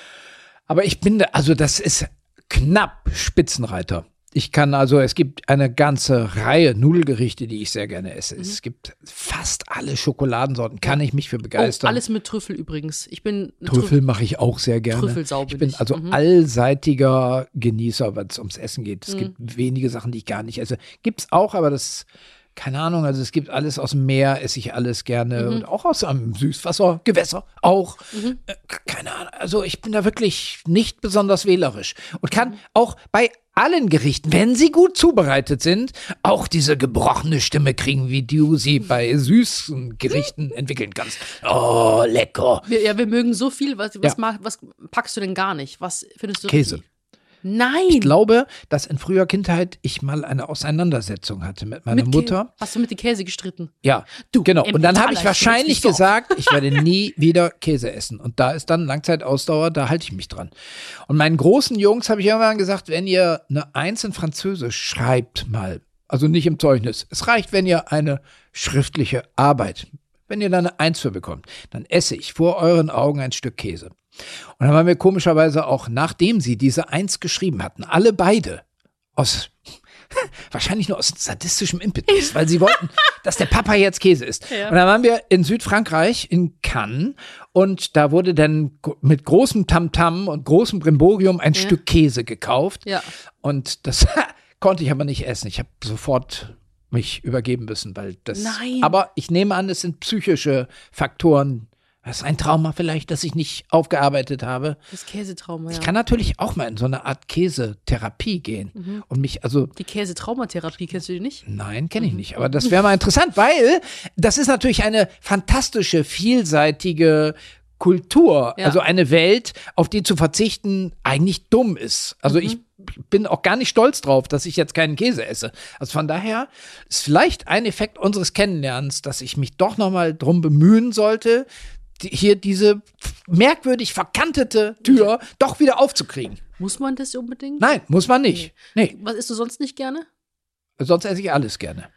aber ich bin, da, also das ist knapp Spitzenreiter. Ich kann also, es gibt eine ganze Reihe Nudelgerichte, die ich sehr gerne esse.
Mhm.
Es gibt fast alle Schokoladensorten, kann ich mich für
Oh,
begeistern.
alles mit Trüffel übrigens. Ich bin eine
Trüffel mache ich auch sehr gerne.
Trüffelsau bin
ich bin
ich. Mhm.
also allseitiger Genießer, wenn es ums Essen geht. Es
Mhm.
gibt wenige Sachen, die ich gar nicht esse. Gibt es auch, aber das, keine Ahnung, also es gibt alles aus dem Meer, esse ich alles gerne.
Mhm.
Und auch aus einem Süßwasser, Gewässer auch. Äh, k- keine Ahnung, also ich bin da wirklich nicht besonders wählerisch. Und kann auch bei allen Gerichten, wenn sie gut zubereitet sind, auch diese gebrochene Stimme kriegen, wie du sie bei süßen Gerichten entwickeln kannst. Oh, lecker.
Wir, ja, wir mögen so viel. Was, was,
Ja.
mag, was packst du denn gar nicht? Was findest du?
Käse.
Nein.
Ich glaube, dass in früher Kindheit ich mal eine Auseinandersetzung hatte mit meiner
Mit Kä-
Mutter.
Hast du mit dem Käse gestritten?
Ja,
Du,
genau.
im
Und dann habe
Taler
ich wahrscheinlich
stehst du nicht so.
gesagt, ich werde
*laughs*
nie wieder Käse essen. Und da ist dann Langzeitausdauer, da halte ich mich dran. Und meinen großen Jungs habe ich irgendwann gesagt, wenn ihr eine Eins in Französisch schreibt mal, also nicht im Zeugnis, es reicht, wenn ihr eine schriftliche Arbeit, wenn ihr da eine Eins für bekommt, dann esse ich vor euren Augen ein Stück Käse. Und dann waren wir komischerweise auch, nachdem sie diese Eins geschrieben hatten, alle beide aus *laughs* wahrscheinlich nur aus sadistischem Impetus, weil sie
*laughs*
wollten, dass der Papa jetzt Käse isst. Und dann waren wir in Südfrankreich, in Cannes, und da wurde dann gro- mit großem Tamtam und großem Brimborium ein Stück Käse gekauft.
Ja.
Und das *laughs* konnte ich aber nicht essen. Ich habe sofort mich übergeben müssen, weil das.
Nein.
Aber ich nehme an, es sind psychische Faktoren. Das ist ein Trauma vielleicht, das ich nicht aufgearbeitet habe.
Das Käsetrauma, ja.
Ich kann natürlich auch mal in so eine Art Käsetherapie gehen
Mhm.
und mich, also
die Käsetraumatherapie, kennst du die nicht?
Nein, kenne ich nicht. Aber das wäre mal interessant, weil das ist natürlich eine fantastische, vielseitige Kultur.
Ja.
Also eine Welt, auf die zu verzichten eigentlich dumm ist. Also ich bin auch gar nicht stolz drauf, dass ich jetzt keinen Käse esse. Also von daher ist vielleicht ein Effekt unseres Kennenlernens, dass ich mich doch noch mal drum bemühen sollte, die, hier diese merkwürdig verkantete Tür doch wieder aufzukriegen.
Muss man das unbedingt?
Nein, muss man nicht. Nee,
Was isst du sonst nicht gerne?
sonst esse ich alles gerne.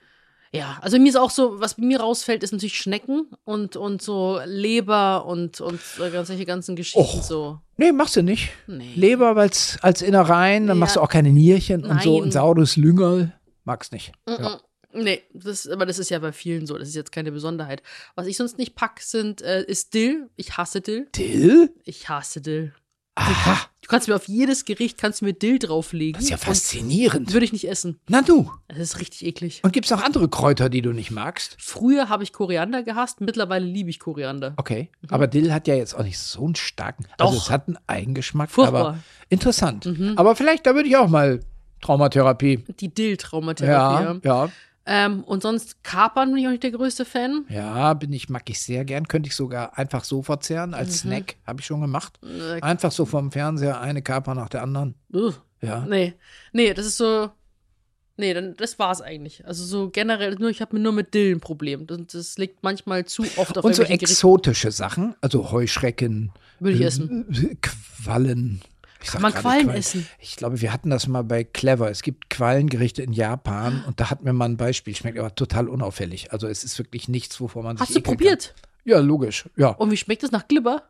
Ja, also mir ist auch so, was mir rausfällt, ist natürlich Schnecken und, und so Leber und, und äh, ganz- solche ganzen Geschichten
Och.
so.
Nee, machst du nicht.
Nee.
Mhm. Leber als, als Innereien, dann
Ja.
machst du auch keine Nierchen und so
Nein. Mhm.
und saures Lüngerl. Magst nicht.
Mm-mm.
Ja.
Nee, das, aber das ist ja bei vielen so. Das ist jetzt keine Besonderheit. Was ich sonst nicht pack, sind, äh, ist Dill. Ich hasse Dill.
Dill?
Ich hasse Dill.
Aha,
Du kannst mir auf jedes Gericht kannst du mir Dill drauflegen.
das ist ja
Und
faszinierend.
Würde ich nicht essen.
Na du,
Das ist richtig eklig.
und gibt's noch andere Kräuter, die du nicht magst?
Früher habe ich Koriander gehasst, mittlerweile liebe ich Koriander.
Okay, aber Dill hat ja jetzt auch nicht so einen starken, also
Mhm. Doch.
es hat einen Eigengeschmack,
Furchtbar. Mhm.
aber interessant. Aber vielleicht, da würde ich auch mal Traumatherapie.
Die Dill-Traumatherapie.
Ja,
ja.
ja,
Ähm, und sonst Kapern bin ich auch nicht der größte Fan.
ja, bin ich, mag ich sehr gern. Könnte ich sogar einfach so verzehren als
Mhm.
Snack, habe ich schon gemacht.
Äh,
Einfach so vom Fernseher eine Kaper nach der anderen.
ugh.
Ja.
Nee, nee, das ist so. Nee, dann, das war's eigentlich. Also so generell, nur ich habe mir nur mit Dillen ein Problem. Das, das liegt manchmal zu oft auf
Und so
irgendwelchen Gerichten.
exotische Sachen, also Heuschrecken,
Würde ich
äh,
essen.
äh, Quallen. Ich sag
man
gerade
Quallen essen?
Ich glaube, wir hatten das mal bei Clever. Es gibt Quallengerichte in Japan und da hatten wir mal ein Beispiel. Schmeckt aber total unauffällig. Also es ist wirklich nichts, wovor man
Hast
sich
du
ekeln
probiert?
Kann. Ja, logisch. Ja,
Und wie schmeckt das nach Glibber?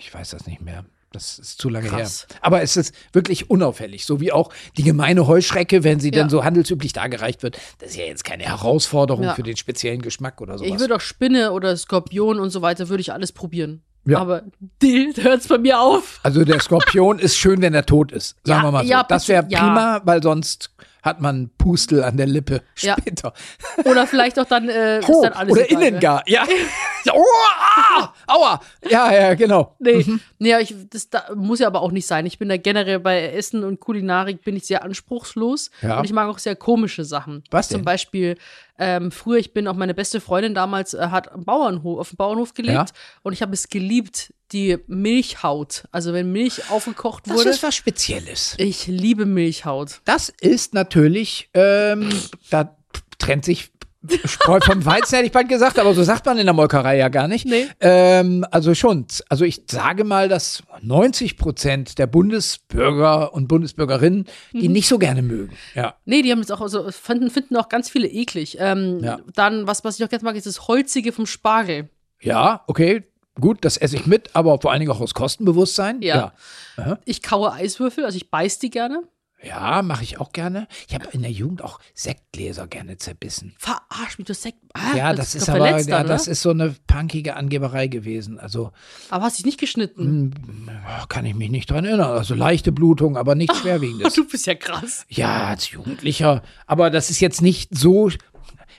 ich weiß das nicht mehr. Das ist zu lange
Krass.
her. Aber es ist wirklich unauffällig. So wie auch die gemeine Heuschrecke, wenn sie
Ja.
dann so handelsüblich dargereicht wird. Das ist ja jetzt keine Herausforderung
Ja.
für den speziellen Geschmack oder sowas.
Ich würde auch Spinne oder Skorpion und so weiter, würde ich alles probieren.
Ja.
Aber Dill, *laughs* da hört's bei mir auf.
Also der Skorpion ist schön, wenn er tot ist. Sagen
Ja,
wir mal so.
ja,
das wäre
bitte, ja.
prima, weil sonst hat man Pustel an der Lippe
Ja.
später.
Oder vielleicht auch dann, äh, ist
Oh,
dann alles
oder
egal,
innen
ne?
gar.
*laughs*
Ja. ja. Oh, ah, aua. Ja, ja, genau.
Nee, nee ja, ich, das da, muss ja aber auch nicht sein. Ich bin da generell bei Essen und Kulinarik bin ich sehr anspruchslos
Ja.
und ich mag auch sehr komische Sachen.
Was
Zum
denn?
Beispiel ähm, früher, ich bin auch meine beste Freundin damals äh, hat am Bauernhof, auf dem Bauernhof gelebt
Ja.
und ich habe es geliebt, die Milchhaut. Also wenn Milch aufgekocht
Das
wurde,
ist was Spezielles.
ich liebe Milchhaut.
Das ist natürlich, ähm, da trennt sich Spreu vom Weizen, hätte ich bald gesagt, aber so sagt man in der Molkerei ja gar nicht.
Nee.
Ähm, also schon, z- also ich sage mal, dass 90 Prozent der Bundesbürger und Bundesbürgerinnen die
Mhm.
nicht so gerne mögen. Ja.
Nee, die haben jetzt auch, also fanden, finden auch ganz viele eklig. Ähm,
Ja.
Dann, was, was ich auch ganz mag, ist das Holzige vom Spargel.
Ja, okay, gut, das esse ich mit, aber vor allen Dingen auch aus Kostenbewusstsein.
Ja. Ich kaue Eiswürfel, also ich beiß die gerne.
Ja. Ja, mache ich auch gerne. Ich habe in der Jugend auch Sektgläser gerne zerbissen.
Verarsch mich, du Sekt. Ah,
ja, das,
doch ne?
ist aber,
verletzt
ja,
dann,
das
oder?
ist so eine punkige Angeberei gewesen. Also
aber hast dich nicht geschnitten?
oh, kann ich mich nicht dran erinnern. Also leichte Blutung, aber nichts schwerwiegendes.
Oh, Du bist ja krass.
Ja, als Jugendlicher. Aber das ist jetzt nicht so.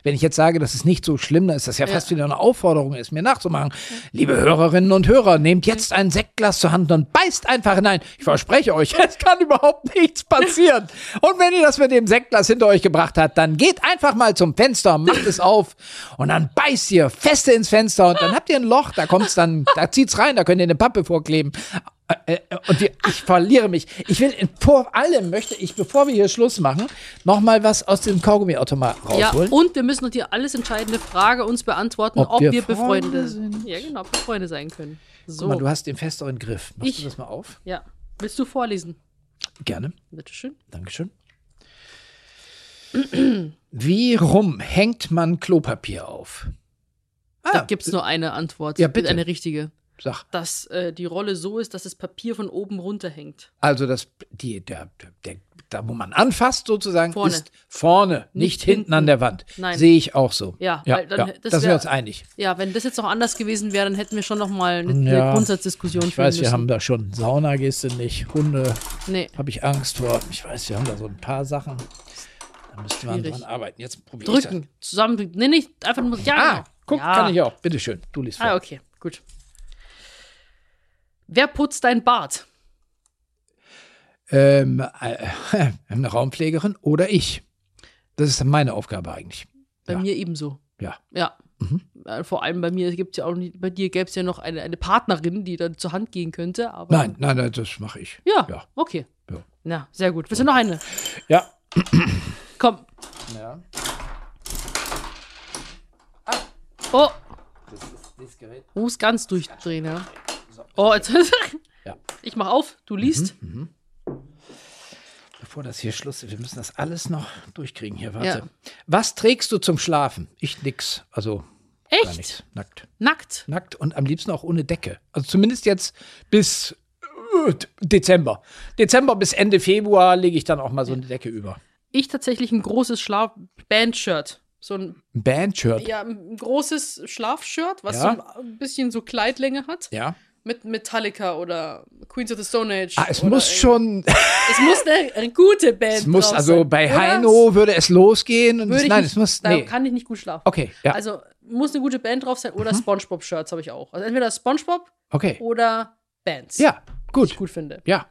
Wenn ich jetzt sage, das ist nicht so schlimm, dann ist das ja, fast wieder eine Aufforderung, es mir nachzumachen. Liebe Hörerinnen und Hörer, nehmt jetzt ein Sektglas zur Hand und beißt einfach hinein. Ich verspreche euch, *laughs* es kann überhaupt nichts passieren. Und wenn ihr das mit dem Sektglas hinter euch gebracht habt, dann geht einfach mal zum Fenster, macht es auf und dann beißt ihr feste ins Fenster und dann habt ihr ein Loch, da kommt's dann, da zieht's rein, da könnt ihr eine Pappe vorkleben. Äh, äh, Und wir, ich verliere mich. Ich will in- vor allem möchte ich, bevor wir hier Schluss machen, noch mal was aus dem Kaugummiautomat
Ja, oh,
rausholen.
und wir müssen noch die alles entscheidende Frage uns beantworten,
Ob
ob,
wir
wir,
Freunde
befreundet
sind.
sind. Ja, genau, ob wir Freunde sein können. So.
Guck mal, du hast den festeren Griff. Machst du
Ich-
das mal auf?
ja. Willst du vorlesen?
Gerne.
Bitteschön.
Dankeschön. Wie rum hängt man Klopapier auf?
Da Ah, gibt's nur eine Antwort.
Ja, bitte.
Eine richtige.
Sag.
Dass äh, die Rolle so ist, dass das Papier von oben runterhängt.
Also das, die, der, der, da, wo man anfasst sozusagen,
Vorne.
ist vorne, nicht,
Nicht
hinten,
hinten.
an der Wand.
Nein.
Sehe ich auch so.
Ja,
ja,
weil dann-
ja.
das
da sind wir
wär-
uns einig.
Ja, wenn das jetzt noch anders gewesen wäre, dann hätten wir schon noch mal eine,
Ja.
eine Grundsatzdiskussion
Ich weiß,
führen
wir
müssen.
haben da schon Sauna gehst du nicht, Hunde
Nee.
habe ich Angst vor. Ich weiß, wir haben da so ein paar Sachen. Da müsste man
Schwierig.
dran arbeiten. Jetzt probiere ich das.
Drücken. Zusammen. Nee, nicht. Einfach nur. Ja.
Ah,
genau.
guck,
ja.
kann ich auch. Bitteschön, du liest vor.
Ah, okay. Gut. Wer putzt dein Bart?
ähm, äh, *laughs* eine Raumpflegerin oder ich. Das ist meine Aufgabe eigentlich.
Bei
Ja. Mhm.
mir ebenso.
Ja.
Ja. Äh, Vor allem bei mir gibt es ja auch nicht, bei dir gäbe es ja noch eine, eine Partnerin, die dann zur Hand gehen könnte, aber.
Nein, nein, nein, das mache ich.
Ja,
Ja.
okay.
Ja.
Na, sehr gut. Willst du noch eine?
Ja.
Komm.
ja.
Oh,
Das ist dieses Gerät.
muss ganz durchdrehen, ja. Oh, jetzt.
Ja. Mhm.
Ich mach auf, du liest.
Bevor das hier Schluss ist, wir müssen das alles noch durchkriegen hier. Warte.
Ja.
Was trägst du zum Schlafen? Ich nix. Also gar
Echt?
nichts. Nackt.
Nackt.
Nackt und am liebsten auch ohne Decke. Also zumindest jetzt bis äh, Dezember. Dezember bis Ende Februar lege ich dann auch mal so eine Decke über.
Ich tatsächlich ein großes Schlaf Bandshirt. So ein,
Ein Bandshirt.
ja, ein großes Schlafshirt, was
Ja.
so ein- ein bisschen so Kleidlänge hat.
Ja.
Mit Metallica oder Queens of the Stone Age.
Ah, es
oder
muss
irgendwie-
schon,
Es muss eine, eine gute Band
*laughs* es muss,
drauf
also
sein.
bei
Oder
Heino würde es losgehen. Und
es- Würde ich
nein,
nicht,
es muss,
Da
nee.
kann ich nicht gut schlafen.
Okay, ja, Mhm.
Also muss eine gute Band drauf sein oder Spongebob-Shirts habe ich auch. Also entweder Spongebob
okay.
oder Bands.
Ja,
Die ich
gut.
oh, gut finde.
Ja,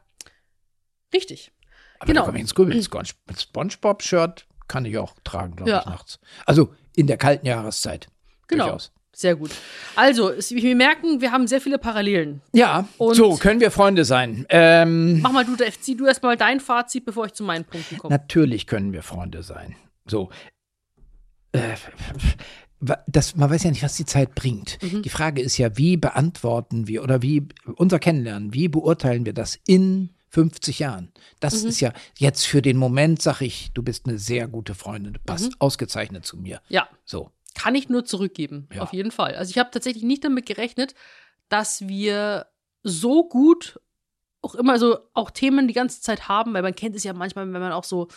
Richtig.
aber
Genau.
da komme ich ins
*clears throat*
Grübeln. Sponge- Mit Spongebob-Shirt kann ich auch tragen, glaube ich,
Ja.
nachts. Also in der kalten Jahreszeit.
Genau.
Durchaus.
Sehr gut. Also, es- wir merken, wir haben sehr viele Parallelen.
Ja,
Und-
so können wir Freunde sein. Ähm,
Mach mal du, Dave, zieh du erstmal dein Fazit, bevor ich zu meinen Punkten komme.
natürlich können wir Freunde sein. So. Äh, wa- Das, man weiß ja nicht, was die Zeit bringt.
Mhm.
Die Frage ist ja, wie beantworten wir oder wie unser Kennenlernen, wie beurteilen wir das in 50 Jahren?
Mhm.
Das ist ja jetzt für den Moment, sage ich, du bist eine sehr gute Freundin, du
Mhm.
passt ausgezeichnet zu mir.
Ja,
So.
kann ich nur zurückgeben.
Ja.
Auf jeden Fall. Also, ich habe tatsächlich nicht damit gerechnet, dass wir so gut auch immer so auch Themen die ganze Zeit haben, weil man kennt es ja manchmal, wenn man auch so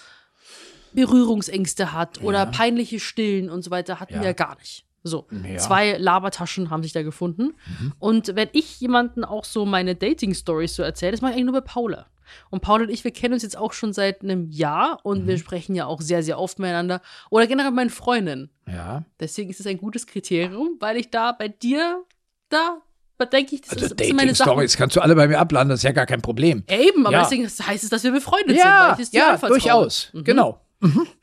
Berührungsängste hat
Ja.
oder peinliche Stillen und so weiter, hatten
Ja.
wir ja gar nicht. So,
Ja. Mhm.
zwei Labertaschen haben sich da gefunden. Und wenn ich jemanden auch so meine Dating-Stories so erzähle, das mache ich eigentlich nur bei Paula. Und Paula und ich, wir kennen uns jetzt auch schon seit einem Jahr und
Mhm.
wir sprechen ja auch sehr, sehr oft miteinander. Oder generell mit meinen Freundinnen.
Ja.
Deswegen ist es ein gutes Kriterium, weil ich da bei dir, da, da denke ich, das,
Also
ist, das sind meine Sachen.
Dating-Stories kannst du alle bei mir abladen, das ist ja gar kein Problem.
Ja, Eben, aber
Ja.
deswegen heißt es, dass wir befreundet sind. Weil
Ja,
ich das dir
ja,
einfach traue.
durchaus.
Mhm.
Genau.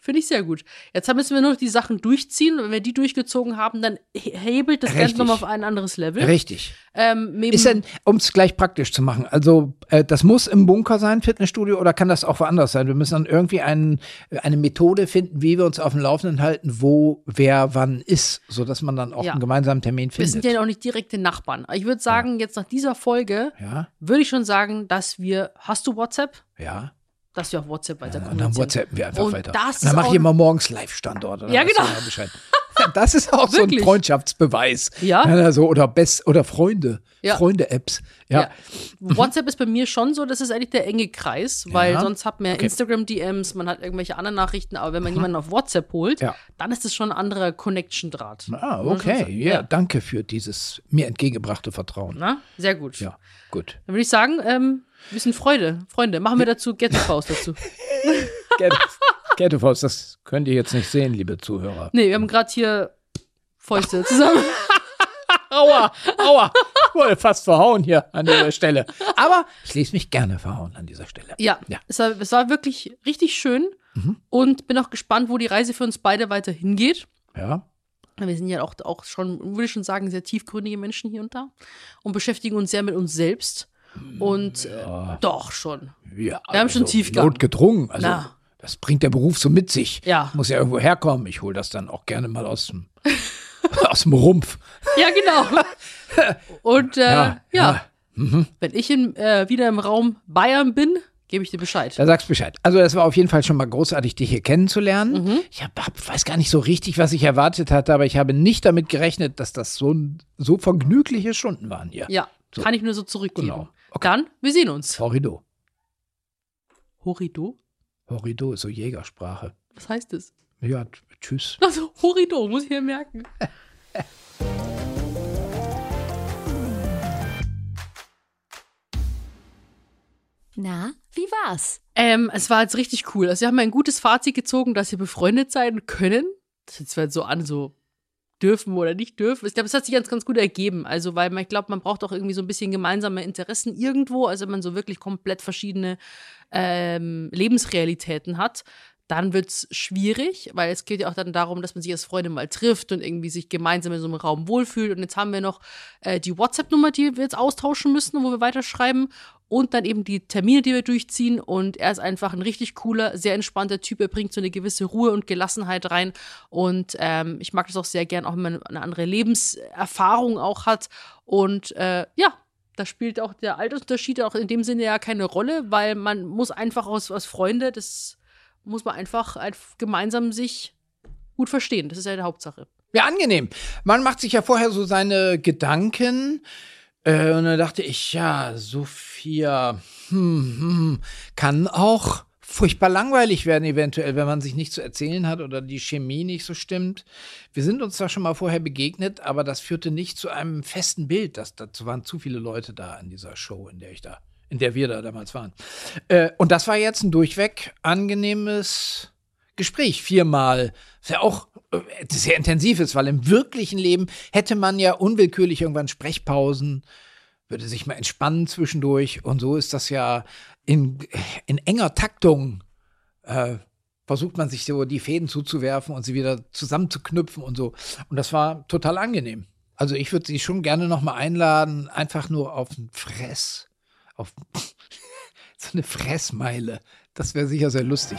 Finde ich sehr gut. Jetzt haben- müssen wir nur noch die Sachen durchziehen und wenn wir die durchgezogen haben, dann he- hebelt das
Richtig.
Ganze nochmal auf ein anderes Level.
Richtig.
Ähm, neben-
Ist denn, um es gleich praktisch zu machen, also äh, das muss im Bunker sein, Fitnessstudio, oder kann das auch woanders sein? Wir müssen dann irgendwie einen, eine Methode finden, wie wir uns auf dem Laufenden halten, wo, wer, wann ist, sodass man dann auch
Ja.
einen gemeinsamen Termin
wir
findet.
sind ja auch nicht direkte Nachbarn. Aber Ich würde sagen, jetzt nach dieser Folge
ja,
würde ich schon sagen, dass wir. Hast du WhatsApp?
ja.
Dass wir auf WhatsApp weiter
Und dann WhatsAppen wir einfach
Und
weiter.
das
Und dann
ist
mache ich
auch-
immer morgens Live-Standort. oder
Ja,
weißt du
genau.
ja Bescheid. Das
*laughs*
ist auch so ein
Wirklich?
Freundschaftsbeweis.
Ja.
Also, oder Best oder Freunde.
Ja.
Freunde-Apps. Ja.
Ja. WhatsApp ist bei mir schon so, das ist eigentlich der enge Kreis, weil
Ja.
sonst hat man ja
Okay.
Instagram-DMs, man hat irgendwelche anderen Nachrichten, aber wenn man jemanden auf WhatsApp holt,
Ja.
dann ist es schon ein anderer Connection-Draht.
Ah, okay. Ja, danke für dieses mir entgegengebrachte Vertrauen.
Na, sehr gut.
Ja, gut.
Dann würde ich sagen, ähm, wir sind Freude, Freunde. Machen wir dazu Ghetto-Faust dazu.
Ghetto- Ghetto-Faust, das könnt ihr jetzt nicht sehen, liebe Zuhörer.
Nee, wir haben gerade hier Fäuste
*laughs*
zusammen.
Aua, aua. Ich wurde fast verhauen hier an dieser Stelle. Aber ich lese mich gerne verhauen an dieser Stelle.
Ja,
Ja. Mhm.
Es, war, es war wirklich richtig schön und bin auch gespannt, wo die Reise für uns beide weiter hingeht.
Ja.
Wir sind ja auch, auch schon, würde ich schon sagen, sehr tiefgründige Menschen hier und da und beschäftigen uns sehr mit uns selbst. Und äh, doch schon.
Ja,
Wir haben schon Tiefgang.
also Notgedrungen. Also,
Na.
das bringt der Beruf so mit sich.
Ja.
Muss ja irgendwo herkommen. Ich hole das dann auch gerne mal aus dem, *laughs* aus dem Rumpf.
Ja, genau.
*laughs*
und äh, ja,
ja. Mhm.
wenn ich in, äh, wieder im Raum Bayern bin, gebe ich dir Bescheid.
Da sagst Bescheid. Also, das war auf jeden Fall schon mal großartig, dich hier kennenzulernen.
Mhm.
Ich hab, hab, weiß gar nicht so richtig, was ich erwartet hatte, aber ich habe nicht damit gerechnet, dass das so, so vergnügliche Stunden waren hier.
ja,
So.
kann ich nur so zurückgeben.
Genau. Okay.
Dann, wir sehen uns.
Horrido.
Horido?
Horrido ist so Jägersprache.
Was heißt das?
Ja, t- tschüss.
Also, Horido, muss ich mir merken.
Na, wie war's?
Ähm, es war jetzt richtig cool. Also, wir haben ein gutes Fazit gezogen, dass wir befreundet sein können. Das hört sich zwar so an, so dürfen oder nicht dürfen. Ich glaube, es hat sich ganz, ganz gut ergeben. Also, weil man, ich glaube, man braucht auch irgendwie so ein bisschen gemeinsame Interessen irgendwo. Also, wenn man so wirklich komplett verschiedene ähm, Lebensrealitäten hat, dann wird's schwierig, weil es geht ja auch dann darum, dass man sich als Freunde mal trifft und irgendwie sich gemeinsam in so einem Raum wohlfühlt. Und jetzt haben wir noch äh, die WhatsApp-Nummer, die wir jetzt austauschen müssen, wo wir weiterschreiben. Und dann eben die Termine, die wir durchziehen. Und er ist einfach ein richtig cooler, sehr entspannter Typ. Er bringt so eine gewisse Ruhe und Gelassenheit rein. Und ähm, ich mag das auch sehr gern, auch wenn man eine andere Lebenserfahrung auch hat. Und äh, ja, da spielt auch der Altersunterschied auch in dem Sinne ja keine Rolle, weil man muss einfach aus, aus Freunde, das muss man einfach einf- gemeinsam sich gut verstehen. Das ist ja die Hauptsache.
Ja, angenehm. Man macht sich ja vorher so seine Gedanken. Äh, und dann dachte ich, ja, Sophia hm, hm, kann auch furchtbar langweilig werden, eventuell, wenn man sich nicht zu erzählen hat oder die Chemie nicht so stimmt. Wir sind uns zwar schon mal vorher begegnet, aber das führte nicht zu einem festen Bild. Das, dazu waren zu viele Leute da an dieser Show, in der ich da, in der wir da damals waren. Äh, und das war jetzt ein durchweg angenehmes Gespräch viermal, was ja auch äh, sehr intensiv ist, weil im wirklichen Leben hätte man ja unwillkürlich irgendwann Sprechpausen, würde sich mal entspannen zwischendurch und so ist das ja in, in enger Taktung, äh, versucht man sich so die Fäden zuzuwerfen und sie wieder zusammenzuknüpfen und so. Und das war total angenehm. Also ich würde sie schon gerne nochmal einladen, einfach nur auf ein Fress, auf *laughs* so eine Fressmeile. Das wäre sicher sehr lustig.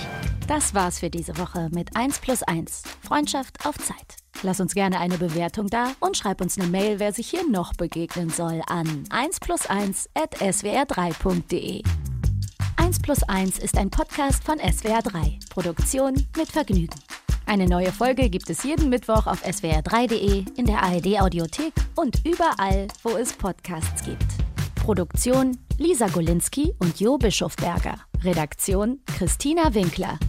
Das war's für diese Woche mit 1 plus 1. Freundschaft auf Zeit. Lass uns gerne eine Bewertung da und schreib uns eine Mail, wer sich hier noch begegnen soll, an 1 plus 1 at swr3.de. 1 plus 1 ist ein Podcast von SWR3. Produktion mit Vergnügen. Eine neue Folge gibt es jeden Mittwoch auf swr3.de, in der ARD-Audiothek und überall, wo es Podcasts gibt. Produktion Lisa Golinski und Jo Bischofberger. Redaktion Christina Winkler.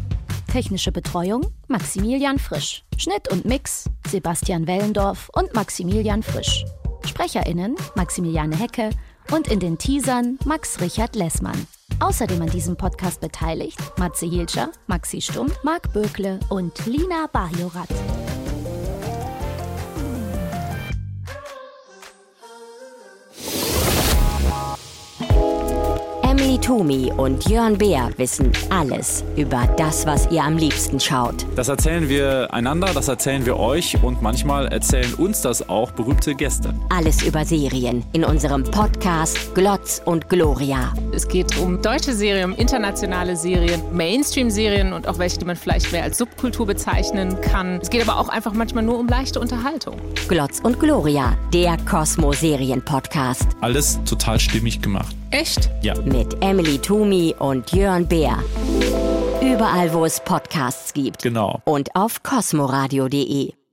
Technische Betreuung Maximilian Frisch. Schnitt und Mix Sebastian Wellendorf und Maximilian Frisch. SprecherInnen Maximiliane Hecke und in den Teasern Max Richard Lessmann. Außerdem an diesem Podcast beteiligt Matze Hielscher, Maxi Stumm, Marc Bökle und Lina Bajorat.
Emily Tomi und Jörn Beer wissen alles über das, was ihr am liebsten schaut.
Das erzählen wir einander, das erzählen wir euch und manchmal erzählen uns das auch berühmte Gäste.
Alles über Serien in unserem Podcast Glotz und Gloria.
Es geht um deutsche Serien, um internationale Serien, Mainstream-Serien und auch welche, die man vielleicht mehr als Subkultur bezeichnen kann. Es geht aber auch einfach manchmal nur um leichte Unterhaltung.
Glotz und Gloria, der Cosmo-Serien-Podcast
Alles total stimmig gemacht.
Echt?
Ja.
mit Emily Tomi und Jörn Beer. Überall, wo es Podcasts gibt
Genau.
und auf cosmoradio.de.